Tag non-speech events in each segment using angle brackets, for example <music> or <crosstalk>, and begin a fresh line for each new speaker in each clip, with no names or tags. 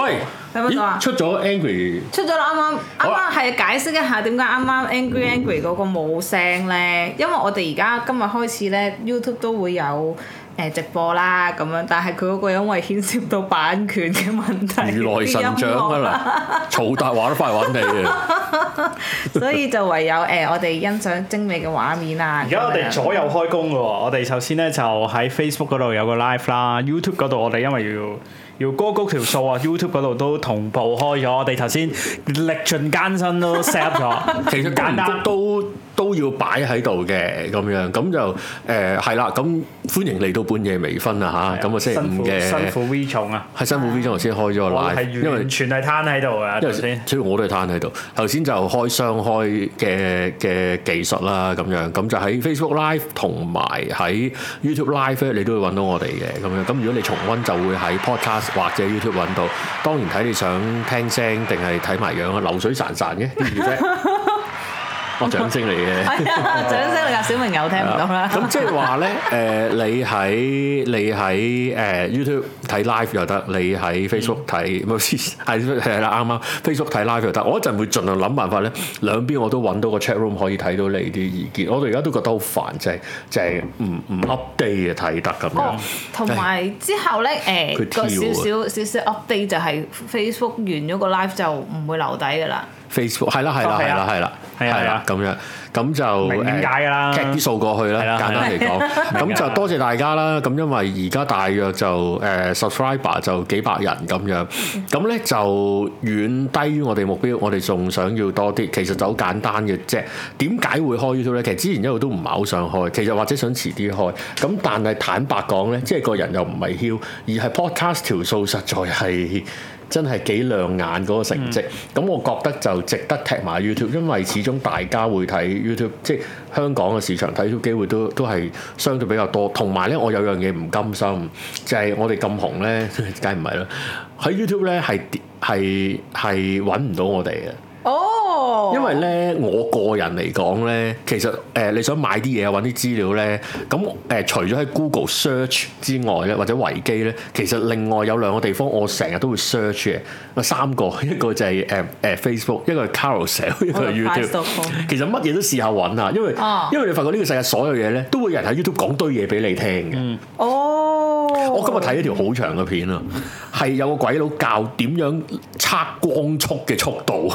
乜講啊
咦？出咗 angry
出咗啦，啱啱
好
啱
啊
啱係解釋一下點解啱啱 Angry Angry 嗰個冇聲咧，因為我哋而家今日開始咧 YouTube 都會有誒、呃直播啦咁樣，但係佢嗰個因為牽涉到版權嘅問題，
如來神掌啊㗎
啊
<laughs>
啦，曹達話都翻嚟揾你嘅，
啲音樂，所以就唯有誒、呃我哋欣賞精美嘅畫面啊。
而家我哋
咁樣
左右開工嘅喎，我哋首先咧就喺 Facebook 嗰度有個 live 啦，YouTube 嗰度我哋因為要要高高條數啊，YouTube 嗰度都同步開咗，我哋頭先歷盡艱辛都 set up 咗，
<laughs> 其實
簡
間
單
谷都都要擺喺度嘅咁樣，咁就誒係啦，咁歡迎嚟到半夜微醺啊嚇，咁啊星期
辛
五
苦辛
嘅
苦 V 重啊，
係辛苦 V 鐘頭先開咗個
我
live，
係
因為
完。全係攤喺度啊，
因
頭
為
先。
主要我都係攤喺度，頭先就開雙開嘅嘅技術啦，咁樣咁就喺 Facebook Live 同埋喺 YouTube Live 咧，你都會揾到我哋嘅咁樣。咁如果你重温就會喺 Podcast 或者 YouTube 揾到。當然睇你想聽聲定係睇埋樣啊，流水潺潺嘅啲
<laughs>
耳仔，我掌聲嚟
<laughs>
嘅。
係啊，掌聲你啊，小明又聽唔到啦。
啊咁即係話咧，誒、你喺你喺誒、YouTube 睇 live 又得，你喺 Facebook
嗯
睇，唔係係係啦，啱啱 Facebook 睇 live 又得。我一陣會盡量諗辦法咧，兩邊我都揾到個 chat room 可以睇到你啲意見。我哋而家都覺得好煩，就係、就係唔唔 update 嘅睇得咁樣
哦。，同埋之後咧，誒
佢跳
個
啊
少少少少 update 就係 Facebook 完咗個 live 就唔會留底㗎啦。
Facebook 係啦係啦
哦
係
係
啦
啊
係啦
係啊
係
係
啦
啊
咁樣，咁就
明點解㗎啦
誒 cap 啲數過去啦，
係啦
簡單嚟講，咁
<laughs> 明㗎
就多謝大家啦。咁因為而家大約就誒 subscriber 就幾百人咁樣，咁咧就遠低於我哋目標，我哋仲想要多啲。其實就好簡單嘅啫。點解會開 YouTube 咧？其實之前一路都唔係好想開，其實或者想遲啲開。咁但係坦白講咧，即係個人又唔係囂，而係 podcast 條數實在係。真係幾亮眼嗰個成績，咁、我覺得就值得踢埋 YouTube，因為始終大家會睇 YouTube，即係香港嘅市場睇 YouTube 機會都都係相對比較多。同埋咧，我有樣嘢唔甘心，就係、我哋咁紅咧， <laughs> 梗係唔係啦？喺 YouTube 咧係係係揾唔到我哋嘅。
哦，
因為咧，我個人嚟講咧，其實誒、呃你想買啲嘢揾啲資料咧，咁誒、呃除咗喺 Google search 之外咧，或者維基咧，其實另外有兩個地方我成日都會 search 嘅，有三個， <laughs> 一個就係誒誒 Facebook，一個係 Carousel，一個係 YouTube。其實乜嘢都試下揾下，因為、
哦
因為你發覺呢個世界所有嘢咧，都會有人喺 YouTube 講堆嘢俾你聽嘅。
嗯哦，
我今日睇一條好長嘅片啊，係有個鬼佬教點樣測光速嘅速
<laughs>
度。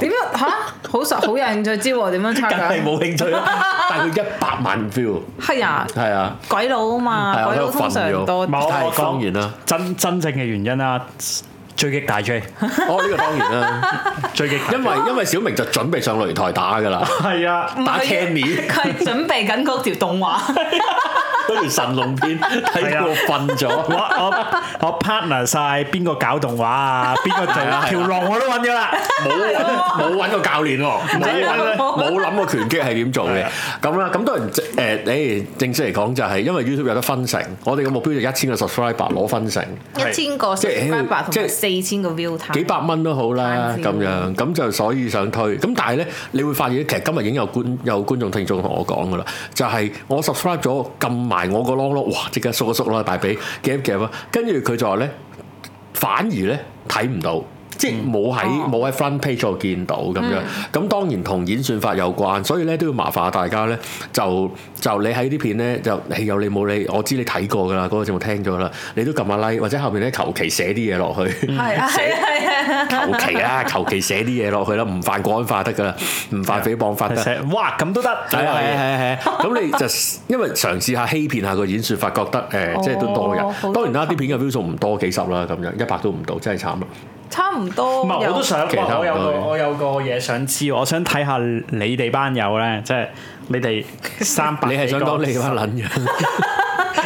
點樣吓？好實好有興趣知喎，點樣測
梗
㗎？
係冇興趣啦，但係佢一百萬 view，
係啊，
係啊，
鬼佬啊
係
嘛，
啊
鬼佬
我喺度
通常多
唔係我
係
我講
當然啦，
真真正嘅原因啦，追擊大 J，
哦呢個當然 <laughs> 啦，
追擊大
因為因為小明就準備上擂台打㗎啦，
係啊，
打
佢
Kenny
佢係準備緊嗰條動畫，
嗰條神龍片睇
啊
到我瞓
我
咗，
我我 partner 晒邊個搞動畫
<laughs>
啊，邊個做
係啊係啊
條龍我都揾咗啦。
冇 <laughs> 揾冇揾個教練喎， <laughs> 冇揾冇諗過拳擊係啊點做嘅，咁啦，咁當然誒誒正式嚟講就係因為 YouTube 有得分成，我哋嘅目標就一千個 subscriber 攞分成。
係
一千個
即 <laughs> 係
subscriber
即
同
係
埋四千個 view time，
幾百蚊都好啦，
慳
咁
先
樣咁就所以想推。咁但係咧，你會發現其實今日已經有觀有觀眾聽眾同我講噶啦，就係、我 subscribe 咗撳埋我個 long 咯，哇！即刻縮一縮啦，大髀夾一夾啊，跟住佢就話咧，反而咧睇唔到。即係冇喺
哦嗯
冇喺 front page 度見到咁樣，咁、當然同演算法有關，所以咧都要麻煩下大家咧，就就你喺啲片咧就誒有你冇你，我知你睇過㗎啦，嗰、個節目聽咗啦，你都撳下 like 或者後面咧求其寫啲嘢落去。
係啊係啊係啊，
求其啦，求其寫啲嘢落去啦，唔犯國安法得噶啦，唔犯誹謗法得。係
哇，咁都得，
係啊係係，咁你就因為嘗試下欺騙下個演算法，覺得誒即係都多
哦
人。
好
當然啦，啲片嘅 view 數唔多，幾十啦咁樣，一百都唔到，真係慘啦。
差唔多
唔係，我
有
都想，
其他
哇我
唔
有個
多嘅
我有個嘢想知喎，我想睇下你哋班友咧，即係你哋三
<laughs>
百
你
幾個，
係想講你班撚樣？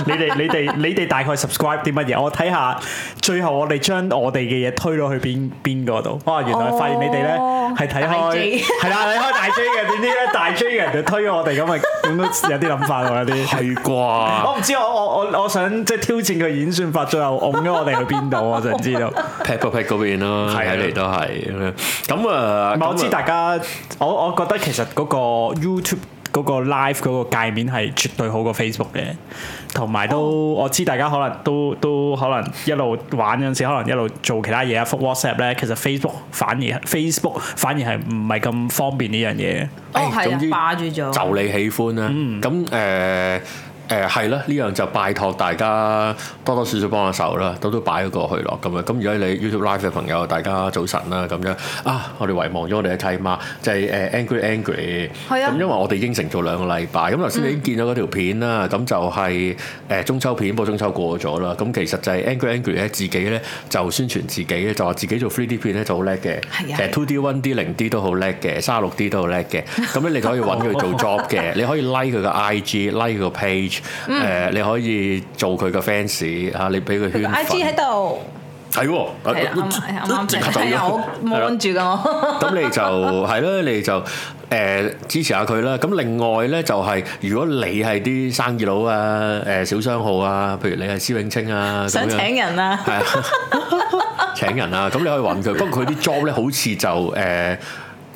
你哋你哋你
<laughs>
哋大概 subscribe 啲乜嘢？我睇下最後我哋將我哋嘅嘢推到去邊邊個度？哇！原來發現你哋咧
哦
係睇
大
開
J
係啦，你開大 J 嘅，點知咧大 J 嘅人就推我哋咁啊，咁都有啲諗法喎，有啲。
係啊 <laughs> 啩？
我唔知，我我我我想即係挑戰佢演算法，最後㧬咗我哋去邊度，我想知道。
劈不劈嗰邊啦，
係啊
睇嚟都係咁樣。咁啊，
唔係，
咁
我
啊
知大家，我我覺得其實嗰個 YouTube 嗰嗰個 live 嗰個界面係絕對好過 Facebook 嘅，同埋都、我知大家可能都都可能一路玩嗰陣時，可能一路做其他嘢啊，覆 WhatsApp 咧，其實 Facebook 反而 Facebook 反而係唔係咁方便呢樣嘢。
哦，
唉
係
哎總
啊
之，
霸住咗。
就你喜歡啦。咁誒誒係啦，呢樣就拜託大家多多少少幫下手啦，都都擺咗過去咯咁樣。咁如果你 YouTube Live 嘅朋友，大家早晨啦咁樣啊！我哋遺忘咗我哋嘅契媽，就係、誒 Angry Angry。
係啊
咁因為我哋應承做兩個禮拜，咁頭先你已經見到嗰條片啦，咁、就係誒中秋片，不過中秋過咗啦。咁其實就係 Angry Angry 咧，自己咧就宣傳自己咧，就話自己做 3D 片咧就好叻嘅，
係啊
其實 two D、one D、零 D 都好叻嘅，三六 D 都好叻
<laughs>
嘅。咁咧你就可以揾佢做 job 嘅，你可以 like 佢個 IG、like 佢個 page，誒、你呃可以做佢個 fans 嚇，你俾佢
嗯佢
圈
個
粉。
I G 喺度，
係喎，呃
係啊啱啱啱
即
啱
刻走
係啊，
咗。
我望住噶我。
咁
<laughs>
你就係咯，你就誒、呃支持下佢啦。咁另外咧就係、如果你係啲生意佬啊、誒、小商號啊，譬如你係施永清啊，咁
想
樣
請人啊！
係啊， <laughs> 請人啊，咁你可以揾佢。不過佢啲 job 咧，好似就誒、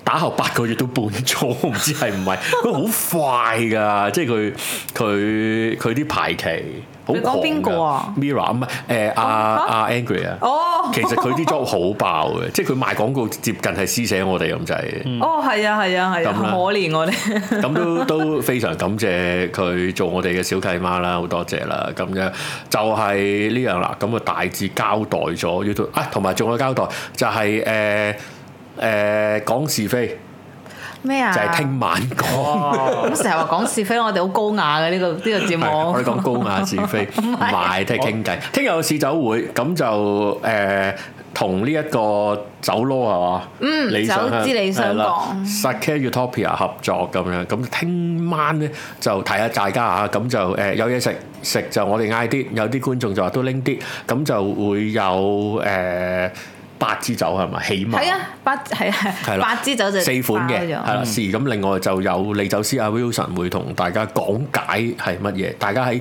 打後八個月都半咗，我唔知係唔係。佢好快㗎，即係佢佢佢啲排期好
你講邊個啊
m i r r o r 唔係誒阿阿 Angry 啊。
哦
其實佢啲 job 好爆嘅，即係佢賣廣告接近係施捨我哋咁滯，
哦，係啊，係啊，係啊，
咁啦
可憐我哋。
咁都都非常感謝佢做我哋嘅小契媽啦，好多謝啦，咁樣就係呢樣啦，咁啊大致交代咗 YouTube 啊，同埋仲有交代就係誒誒講是非，
咩啊？
就係聽晚講。
咁成日話講是非，我哋好高雅嘅呢
<laughs>
個呢個節
係
目。
我哋講高雅是非， <laughs> 唔係聽傾偈。聽日有試酒會，咁就誒同呢一個酒囉係嘛？嗯
酒之理想
係啦
講
Sake Utopia 合作咁樣。咁聽晚咧就睇下大家嚇，咁就誒有嘢食食就我哋嗌啲，有啲觀眾就話都拎啲，咁就會有誒八支酒係咪？起碼
係啊，八係
係
啊，
啦
八支酒就
四款嘅，
包咗
係啦，是咁。另外就有李酒師阿 Wilson 會同大家講解係乜嘢，大家喺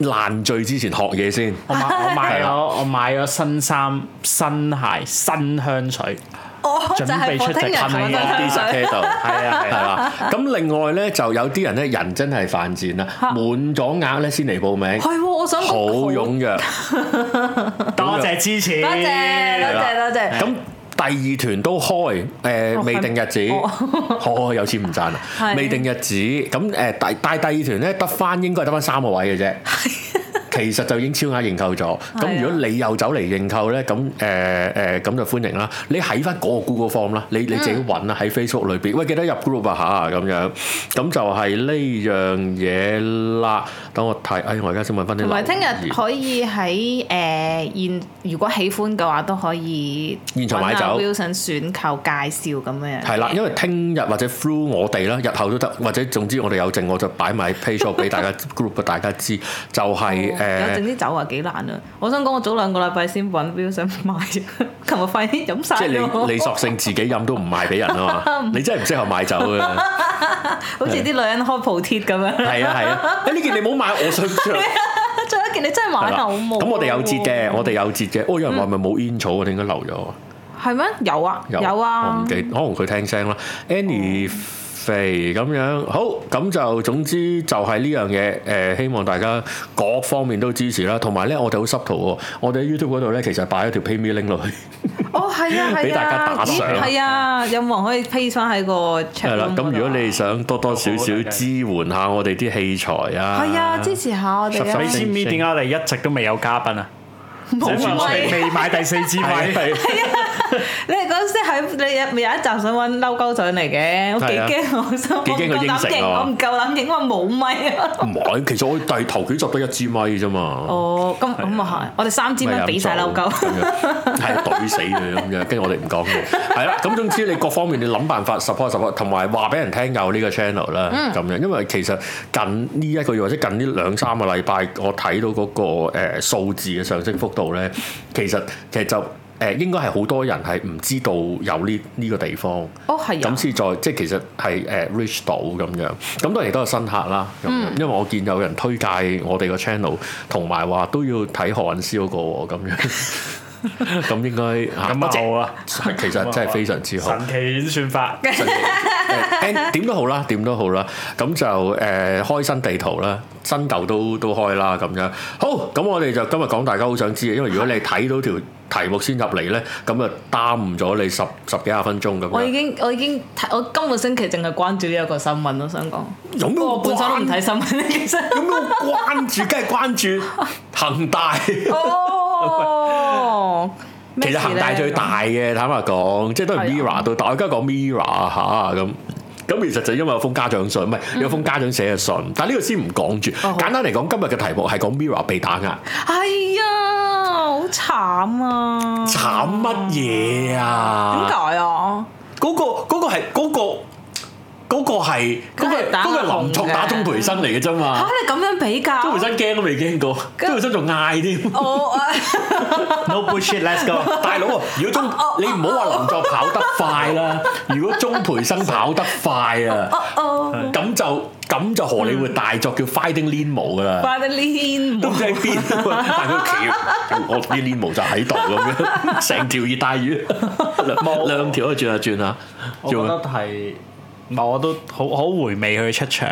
爛醉之前學嘢先。
我
<laughs>
買我買
係
咗
啊
我買咗新衫、新鞋、新香水，
哦，就
準備
係
出
我聽
席
日同
係啊
我
啲
相信
實度。
係啊
係啦，咁另外咧就有啲人咧人真係犯賤啦，
嚇
滿咗額咧先嚟報名，
係喎，我想講
好踴躍。
多謝支持，
多謝
係
多
啦
謝多謝。
咁第二團都開，誒、
哦
未定日子， <laughs> 哦有錢唔賺啊！
係
未定日子，咁誒第但係第二團咧得翻應該係得翻三個
<laughs>
位嘅啫，其實就已經超額認購咗。
係啊
咁如果你又走嚟認購咧，咁誒誒咁就歡迎啦。你喺翻嗰個 Google Form 啦，你你自己
嗯
揾啦，喺 Facebook 裏邊，喂記得入 group 啊嚇咁樣，咁就係呢樣嘢啦。等我睇，哎我而家先問翻啲
同埋聽
留
日
言
可以喺誒、呃、現，如果喜歡嘅話都可以
現場買酒
揾阿 Wilson 選購介紹咁樣。
係啦，因為聽日或者 through 我哋啦，日後都得，或者總之我哋有剩我就擺
<laughs>
埋 page 度俾大家 group 大家知，就係
哦有
誒
剩，啲酒啊，幾難啊！我想講，我早兩個禮拜先揾 Wilson 買， <laughs> 琴日快啲飲晒
即
咯
係你你索性自己飲都唔賣俾人
<laughs>
啊
嗯
嘛，你真係唔適合買酒嘅，
好似啲女人開鋪貼咁樣。
係啊係啊，誒呢件你唔好買，我
<laughs>
想着。
最後一件你真係
係
買
啦
好冇？
咁我哋有折嘅，，我哋有折嘅。哦，有人話咪冇煙草啊？點解留咗啊？
係咩？有啊，有
我
啊
唔，記，可能佢聽聲啦。Annie 肥咁樣，好咁就總之就係呢樣嘢。誒、希望大家各方面都支持啦。同埋咧，我哋好濕圖喎。我哋喺 YouTube 嗰度咧，其實擺咗條 PayMe link 落去，
哦係啊係啊，
俾大家打賞
咦係啊，有冇人可以 pay 翻喺個
係
chat
啦
room 嗰。度
咁
啊
如果你想多多少少支援下我哋啲器材啊，
係啊，支持下我哋
十
啊
分
你
之
知唔知點解我哋一直都未有嘉賓啊？
冇
因為我哋
位。
未買第四支
係
咪。
係
你哋嗰陣時喺你有咪有一集想揾嬲鳩上嚟嘅，我幾
係啊
驚我心，我唔
幾驚佢
夠
應
膽
承
認，
我
我唔夠膽認，因為冇咪啊。
唔係，其實我第頭幾集得一支咪啫嘛。
哦，咁咁啊係，我哋三千蚊俾晒嬲鳩。
係懟死佢咁樣，跟住我哋唔講嘢，係啦。咁總之你各方面你諗辦法 support support，同埋話俾人聽有呢個 channel 啦，
嗯
咁樣。因為其實近呢一個月或者近呢兩三個禮拜，我睇到嗰個誒數字嘅上升幅度咧，其實其實就。誒應該係好多人係唔知道有呢呢個地方，
<laughs> 哦係啊
咁，先再即係其實係誒 reach 到咁樣，咁當然都有新客啦。咁樣
嗯
因為我見有人推介我哋個 channel，同埋話都要睇何韻詩嗰個喎咁樣。
<laughs>
咁應該嚇
咁
多
啊
謝
好啊
其實真係非常之好。
神奇演算法，
誒點都好啦，點都好啦，咁就誒、開新地圖啦，新舊都都開啦咁樣。好，咁我哋就今日講大家好想知嘅，因為如果你睇到條題目先入嚟咧，咁啊耽誤咗你十十幾廿分鐘咁
我
樣
已。經我已經睇我今個星期淨係關注呢一個新聞咯，想講。
有咩
不過我本身都唔睇新聞其
有
實。
咩好關注？梗係關注恒大。 <laughs>
哦，
其實恒大最大嘅，坦白講，即係都係
係
Mira
啊
到大。我而家講 Mira 嚇咁。咁其實就因為有封家長信，唔係有封家長寫嘅信，但係呢個先唔講住。
嗯哦好
簡單嚟講，今日嘅題目係講 Mira 被打壓，
係啊，哎好慘啊！
慘乜嘢
點
啊？
解啊？
嗰個嗰個係嗰個嗰個係嗰個
佢係打
嗰個係林
紅
卓
嘅
打鍾培生嚟嘅啫
嚇
嘛。
你咁樣比較哦
鍾？培生驚啊都未驚過，
咁
鍾培生仲嗌添。
<laughs> 我
No bullshit，let's go。
大佬啊！如果
哦
中你唔好話林作跑得快啦，如果鍾培生跑得快啊，
哦
咁就咁就荷里活大作叫 Fighting Limo 噶啦，
快啲黏
都
我
唔知喺邊啊，但佢企，我啲 Limo 就喺度咁樣，成條熱帶魚，兩兩條喺度轉下轉下，
<laughs> 我覺
做
得係，唔係我都好好回味佢出場。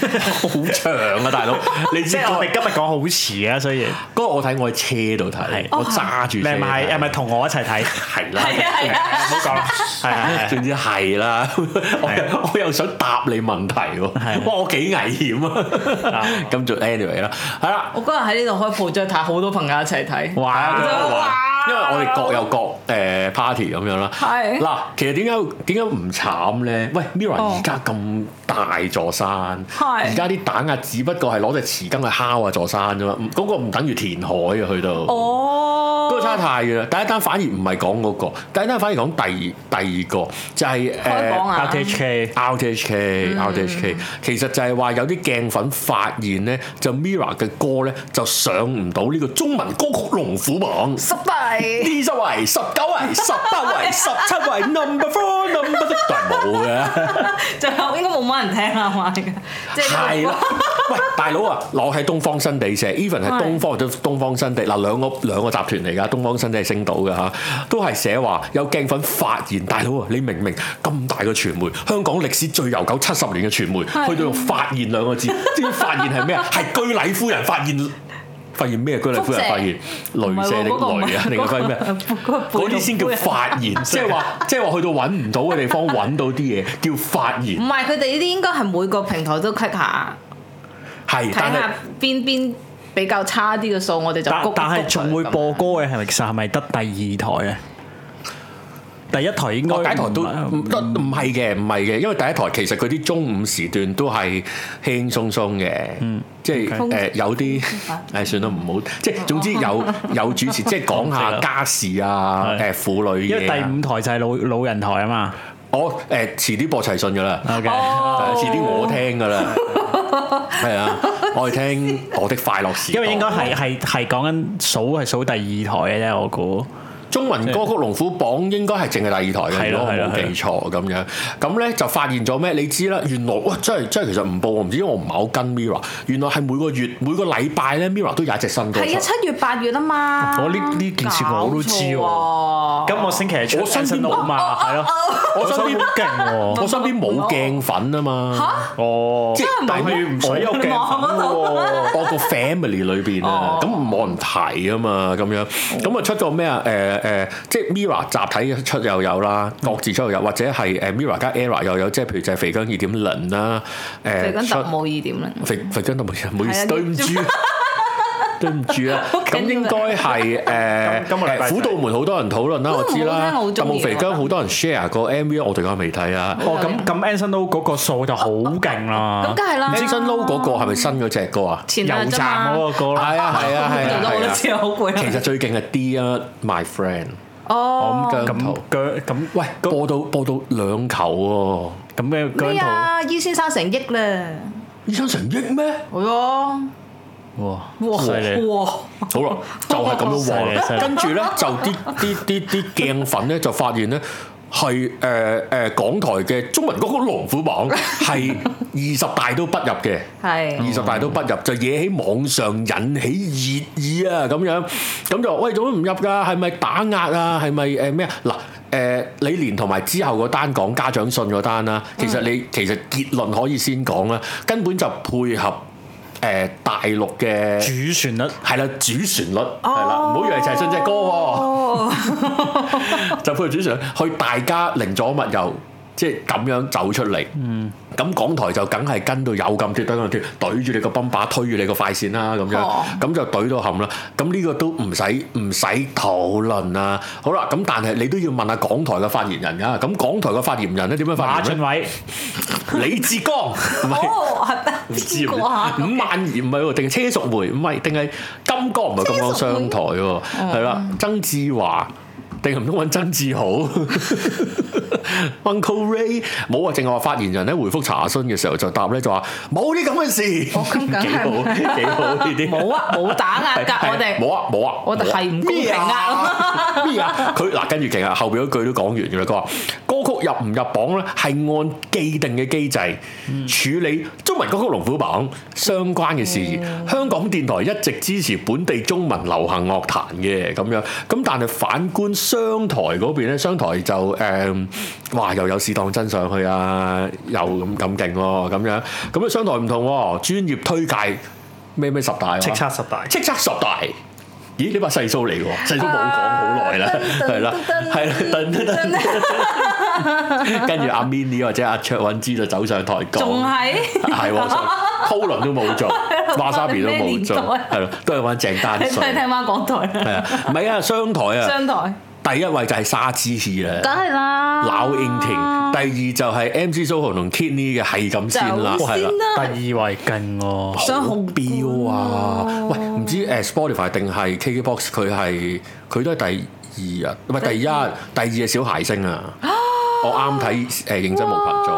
好長啊，大佬！你知
即係
嗰
我
個
哋今日講好遲啊，所以
嗰個我睇我喺車度睇
係，
我揸住
你
車
係
睇，
咪係咪同我一齊睇？
係啦？
<laughs>
係啊係啊！
唔好講啦，係 <laughs> 啊係啊
<laughs> 總之係啦，我又我又想答你問題喎，
啊係
哇！我幾危險啊
啊！
<laughs> 咁就 anyway 啦，係啦，
我嗰日喺呢度開鋪張睇，好多朋友一齊睇。
哇！
哇
因為我哋各有各誒 party 咁樣啦。
係
嗱，其實點解點解唔慘咧？喂，Mira
哦
而家咁大座山，
係
而家啲打壓只不過係攞隻匙羹去敲下座山啫嘛，唔嗰個唔等於填海啊，去到。
哦，
嗰個差太遠啦！第一單反而唔係講嗰個，第一單反而講第二第二個就係
開
誒
房啊
RTHK
RTHK、RTHK，其實就係話有啲鏡粉發現咧，就 Mira 嘅歌咧就上唔到呢個中文歌曲龍虎榜。
失敗。
呢周圍十九位、十八位、十七位，number four、number six 都係冇嘅，
最後應該冇乜人聽啦，係嘛？即
係啦。喂，大佬啊，我係東方新地社，even 係
係
東方都東方新地嗱兩個兩個集團嚟㗎，東方新地係星島嘅嚇，都係寫話有鏡粉發現，大佬啊，你明唔明咁大嘅傳媒，香港歷史最悠久七十年嘅傳媒，去到用發現兩
<laughs>
個字，知唔知發現係咩啊？係居禮夫人發現。發現咩？居禮夫人發現
<laughs> 唔係
雷射
喎
定
嗰個唔
雷啊？
係
定係發現咩？嗰啲先叫發
<laughs>
現，即係話即係話去到揾唔到嘅地方揾到啲嘢叫發現
唔，係佢哋呢啲應該係每個平台都 click 下，
係
睇
但係
下邊邊比較差啲嘅數，我哋就
但
谷
但係
谷佢
仲會
咁樣
播歌嘅係咪？其實係咪得第二台啊？第一台應該
我第一台都
唔係啊嗯
唔得唔係嘅，唔係嘅，因為第一台其實佢啲中午時段都係輕輕鬆鬆嘅，
嗯
即係
OK
誒有啲誒算啦，唔好，即係總之有有主持，即係講
<laughs>
下家事啊，誒
係
婦女
因
嘢
為第
啊。
五台就係老老人台啊嘛。
我誒遲啲播齊信噶啦，
OK，
哦
遲啲我聽噶啦，係啊，我係聽我的快樂時代。
因為應該係係係講緊數係數第二台嘅啫，我估。
中文歌曲龍虎榜應該係淨係第二台嘅，
係
如
啦
果我
係啦
冇記錯咁樣。咁咧就發現咗咩？你知啦，原來哇，真係真係其實唔報我唔知，因為我唔係好跟 Mira。原來係每個月每個禮拜咧，Mira 都有一隻新歌
係啊，
出。
七月八月啊嘛。
我呢呢件事我都知喎
搞錯
今個星期係出
我身邊
佬嘛，係咯，
我身
哦身
邊
邊好勁喎。
我身邊冇鏡粉啊嘛，
哦，
即係但係
唔使有鏡粉喎。
<laughs> 我個 family 裏邊
哦，
啊咁冇人睇啊嘛，咁樣咁啊出個咩啊？誒、誒，即係 Mira 集體出又有啦，
嗯
各自出又有，或者係誒 Mira 加 Era 又有，即係譬如就係肥姜二點零啦，
肥
誒
根特
出。
務二點零。
肥肥姜都冇唔好意
係
思，
啊
對唔住。 <laughs> 對唔住啊，
<laughs> 好緊
咁
要啊
應該係誒，
今今個禮拜
虎道門好多人討論啦，
虎
我
道門
知啦
好聽我好。啊
特
中意
務肥姜好多人 share 個 MV，我哋而家未睇啊。
哦，咁咁 Anson Lo 嗰個數就好勁啦。
咁梗係啦。
Anson Lo 嗰個係咪新嗰只歌啊？
前兩日
油
啫
站
嘛
嗰個 <laughs> 歌啦，
係啊係啊係啊
做咗好
係
多
啊！
次啊，好攰
其
啊。
實最勁係 Dear My Friend
哦。
姜
咁
濤，
姜咁
喂播到播到兩球
咁嘅姜
咩
濤，
啊？伊先生成億啦。哎
喎，醫生成億咩？
係咯。
哇，
哇
犀利！
哇！
好
<laughs>
啦，就係咁樣話
犀
啦
利。
跟住咧就啲啲啲啲鏡粉咧就發現咧係誒誒港台嘅中文歌曲龍虎榜係二十大都不入嘅。
係。
二十大都不入，就惹起網上引起熱議啊！咁樣咁就喂，做乜唔入㗎？係咪打壓啊？係咪誒咩啊？嗱，誒李連同埋之後嗰單講家長信嗰單啦，其實你其實結論可以先講啦，根本就配合誒、大陸嘅
主旋律
係啦主旋律係啦，唔好以為就係信隻歌喎、
哦，
就配合主旋律去大家零左物右，即係咁樣走出嚟。嗯，咁港台就梗係跟到有咁脱，對咁脱，懟住你個泵把，推住你個快線啦，咁樣，
哦
咁就懟到冚啦。咁呢個都唔使唔使討論啦。好啦，咁但係你都要問下港台嘅發言人㗎。咁港台嘅發言人咧點樣發
馬俊
言咧？
偉
李志剛唔係。
哦， <laughs>
唔
係
知
邊個啊？
五萬二唔係喎，定係車淑梅唔係，定係金剛唔係金剛商台
哦
喎，係啦，曾志華定係唔通揾曾志豪 <laughs> Uncle Ray 冇啊，淨係話發言人咧回覆查詢嘅時候就答咧就話冇啲咁嘅事，
哦咁梗係
<laughs> 幾好幾好呢啲。
冇啊，冇打壓
係
㗎，我哋
冇啊冇啊，
我哋係唔公平
啊
啊
咩啊？佢嗱跟住其實後邊嗰句都講完嘅啦。佢話歌曲入唔入榜咧係按既定嘅機制
嗯
處理中文歌曲龍虎榜相關嘅事宜。
嗯
香港電台一直支持本地中文流行樂壇嘅咁樣，咁但係反觀商台嗰邊咧，商台就誒、哇又有試當真上去啊，又咁咁勁喎咁樣。咁啊商台唔同喎、專業推介咩咩十大啊
叱咤十大，
叱咤十大。咦？呢把細蘇嚟喎，細蘇冇講好耐
啊
啦， <laughs> 係啦，係啦，等等等，跟住阿 Mini 或者阿卓韻芝就走上台講，
仲
<laughs>
係
係
<laughs>
喎，討論都冇做，Wasabi 都冇做，
咩年代
係咯，都係玩鄭丹
<laughs> 你真係
瑞，
聽翻港台
係
啦，
啊，唔係啊，商台啊，
商台
第一位就係沙之氣啦。
梗係啦，
lão i n 第二就係 MC 蘇豪同 Kidney 嘅係咁先啦，
走
係
先
啦。
第
啦，
二位勁喎，
想
好
紅
標啊！喂，唔知誒 Spotify 定係 KKBox 佢係佢都係第二啊，唔係第一，第二係小諧星啊！我啱睇誒認真無群組，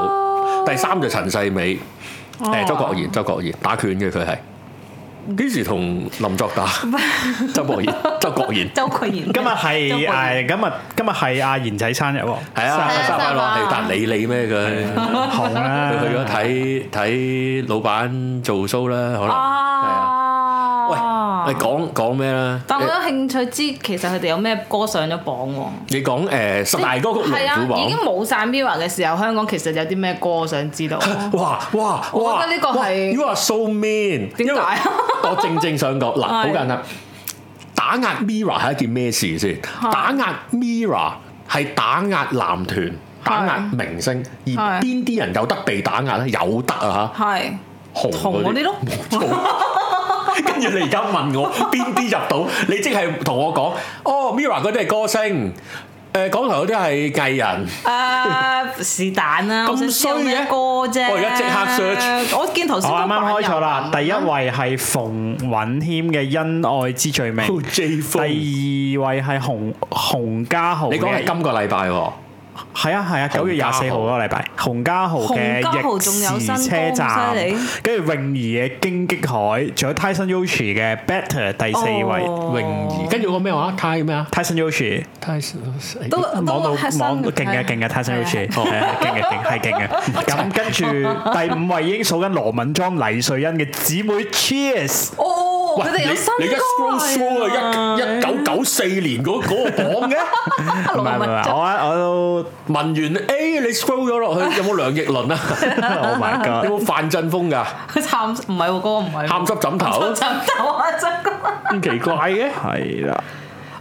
第三就陳世美誒周國賢，周國賢打拳嘅佢係幾時同林作 <laughs> 打？周國賢，周國賢。
周國賢
今日
周
係
國賢
誒今日今日係阿賢仔生日喎，
係啊，
生日
生日快
快樂
樂！
啊
係但理你咩佢？
紅啦
佢，去咗睇睇老闆做 show 啦，可能係啊。
啊，
喂，你講講咩啦？
但我有興趣知其實佢哋有咩歌上咗榜喎？
你講誒十大歌曲
係
龍虎
啊，已經
榜，
冇晒 Mirror 嘅時候，香港其實有啲咩歌我想
<laughs>
知道？
哇哇
我
哇！
覺得呢個係
哇 You are so mean，
點 <laughs>
因為
解
我正正想講嗱，好
係
簡單，打壓 Mirror 係一件咩事先？打壓 Mirror 係打壓男團。打壓明星，而
係
邊啲人有得被打壓咧？有得啊
係
嚇，紅
紅嗰啲咯
冇錯。 <laughs> 跟住你而家
<laughs>
問我邊啲入到，你即係同我講，哦，Mirror 嗰啲係歌星，誒、港台嗰啲係藝人。
誒是但啦，我想知有咩
咁衰嘅
歌啫。
我而家即刻
search，我見頭
我
先
啱
嗰版有
啱開錯啦，
文
第一位係馮允謙嘅《恩愛之
<laughs>
罪名》，
J
第二位係洪洪家豪嘅，
你講係今個禮拜喎，
係啊係啊，九月廿四號嗰個禮拜，洪家豪嘅
洪家豪仲有
逆
新歌
時車站
咁犀利，
跟住泳兒嘅《荊棘海》，仲有 Tyson Yoshi 嘅《Better》第四位。
哦
泳兒，跟住個咩話？泰咩啊？
Tyson Yoshi
泰
都都
網到
係新
網到
嘅
勁嘅勁嘅 Tyson
係啊
Yoshi 係啊勁嘅勁係
<laughs>
勁嘅。咁跟住第五位已經數緊羅敏莊、黎瑞恩嘅姊妹 Cheers。
<laughs> 哦，佢哋有新
你一 scroll
歌
through 啊，一一九九四
<laughs>
年嗰嗰個榜嘅。
一
唔係唔係，我我都
文完 A，你 scroll 咗
<laughs>
落去，有冇梁奕倫啊？
Oh my
有
god！
冇范振峰㗎？
佢喊唔係喎，嗰個唔係喎。
喊濕枕頭，
枕頭啊！真係
咁奇怪嘅。
係啦，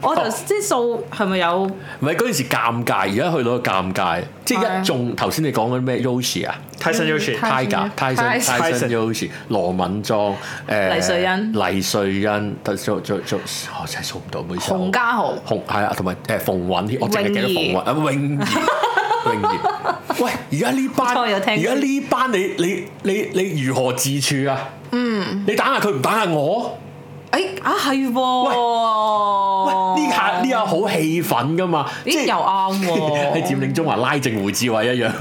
我
哦
頭先啲數係咪有
唔係嗰陣時尷尬，而家去到尷尬，即
係
係
啊
一眾頭先你講緊咩 Yoshi 啊？
Tyson Yoshi
Tyson
Tiger、Tyson、
Tyson
Tyson Yoshi、羅敏莊、誒
黎瑞恩
黎瑞恩，得做做做，我真係數唔到，唔好意思。
洪家豪？
紅係啊，同埋誒馮允，我淨係記得馮允
泳兒
啊，泳兒。
<laughs>
泳兒，喂！而家呢班，
初有聽過
而家呢班你你你你如何自處啊？嗯，你打下佢唔打下我，
誒啊係
喂！
喎，
呢下呢下好氣憤噶嘛，即
哦咦又
係
啱喎，
<laughs> 喺佔領中環拉正胡志偉 <laughs> 一樣，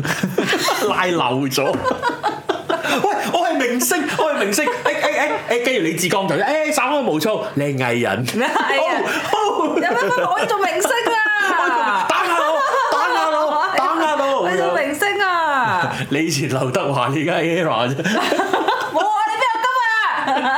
拉漏咗。 <laughs> 喂，我係明星，我係明星，誒哎誒誒誒，跟住李志剛就誒稍安無躁，你係藝人，
你係藝人
哦好好
有乜分我做明星啊？
打下 <laughs> 我，打
<laughs>
下我，打下我
你
咁
做
樣。
明星
<laughs>
啊？
你以前劉德華，你而家 era 啫。
冇啊！你邊有今日？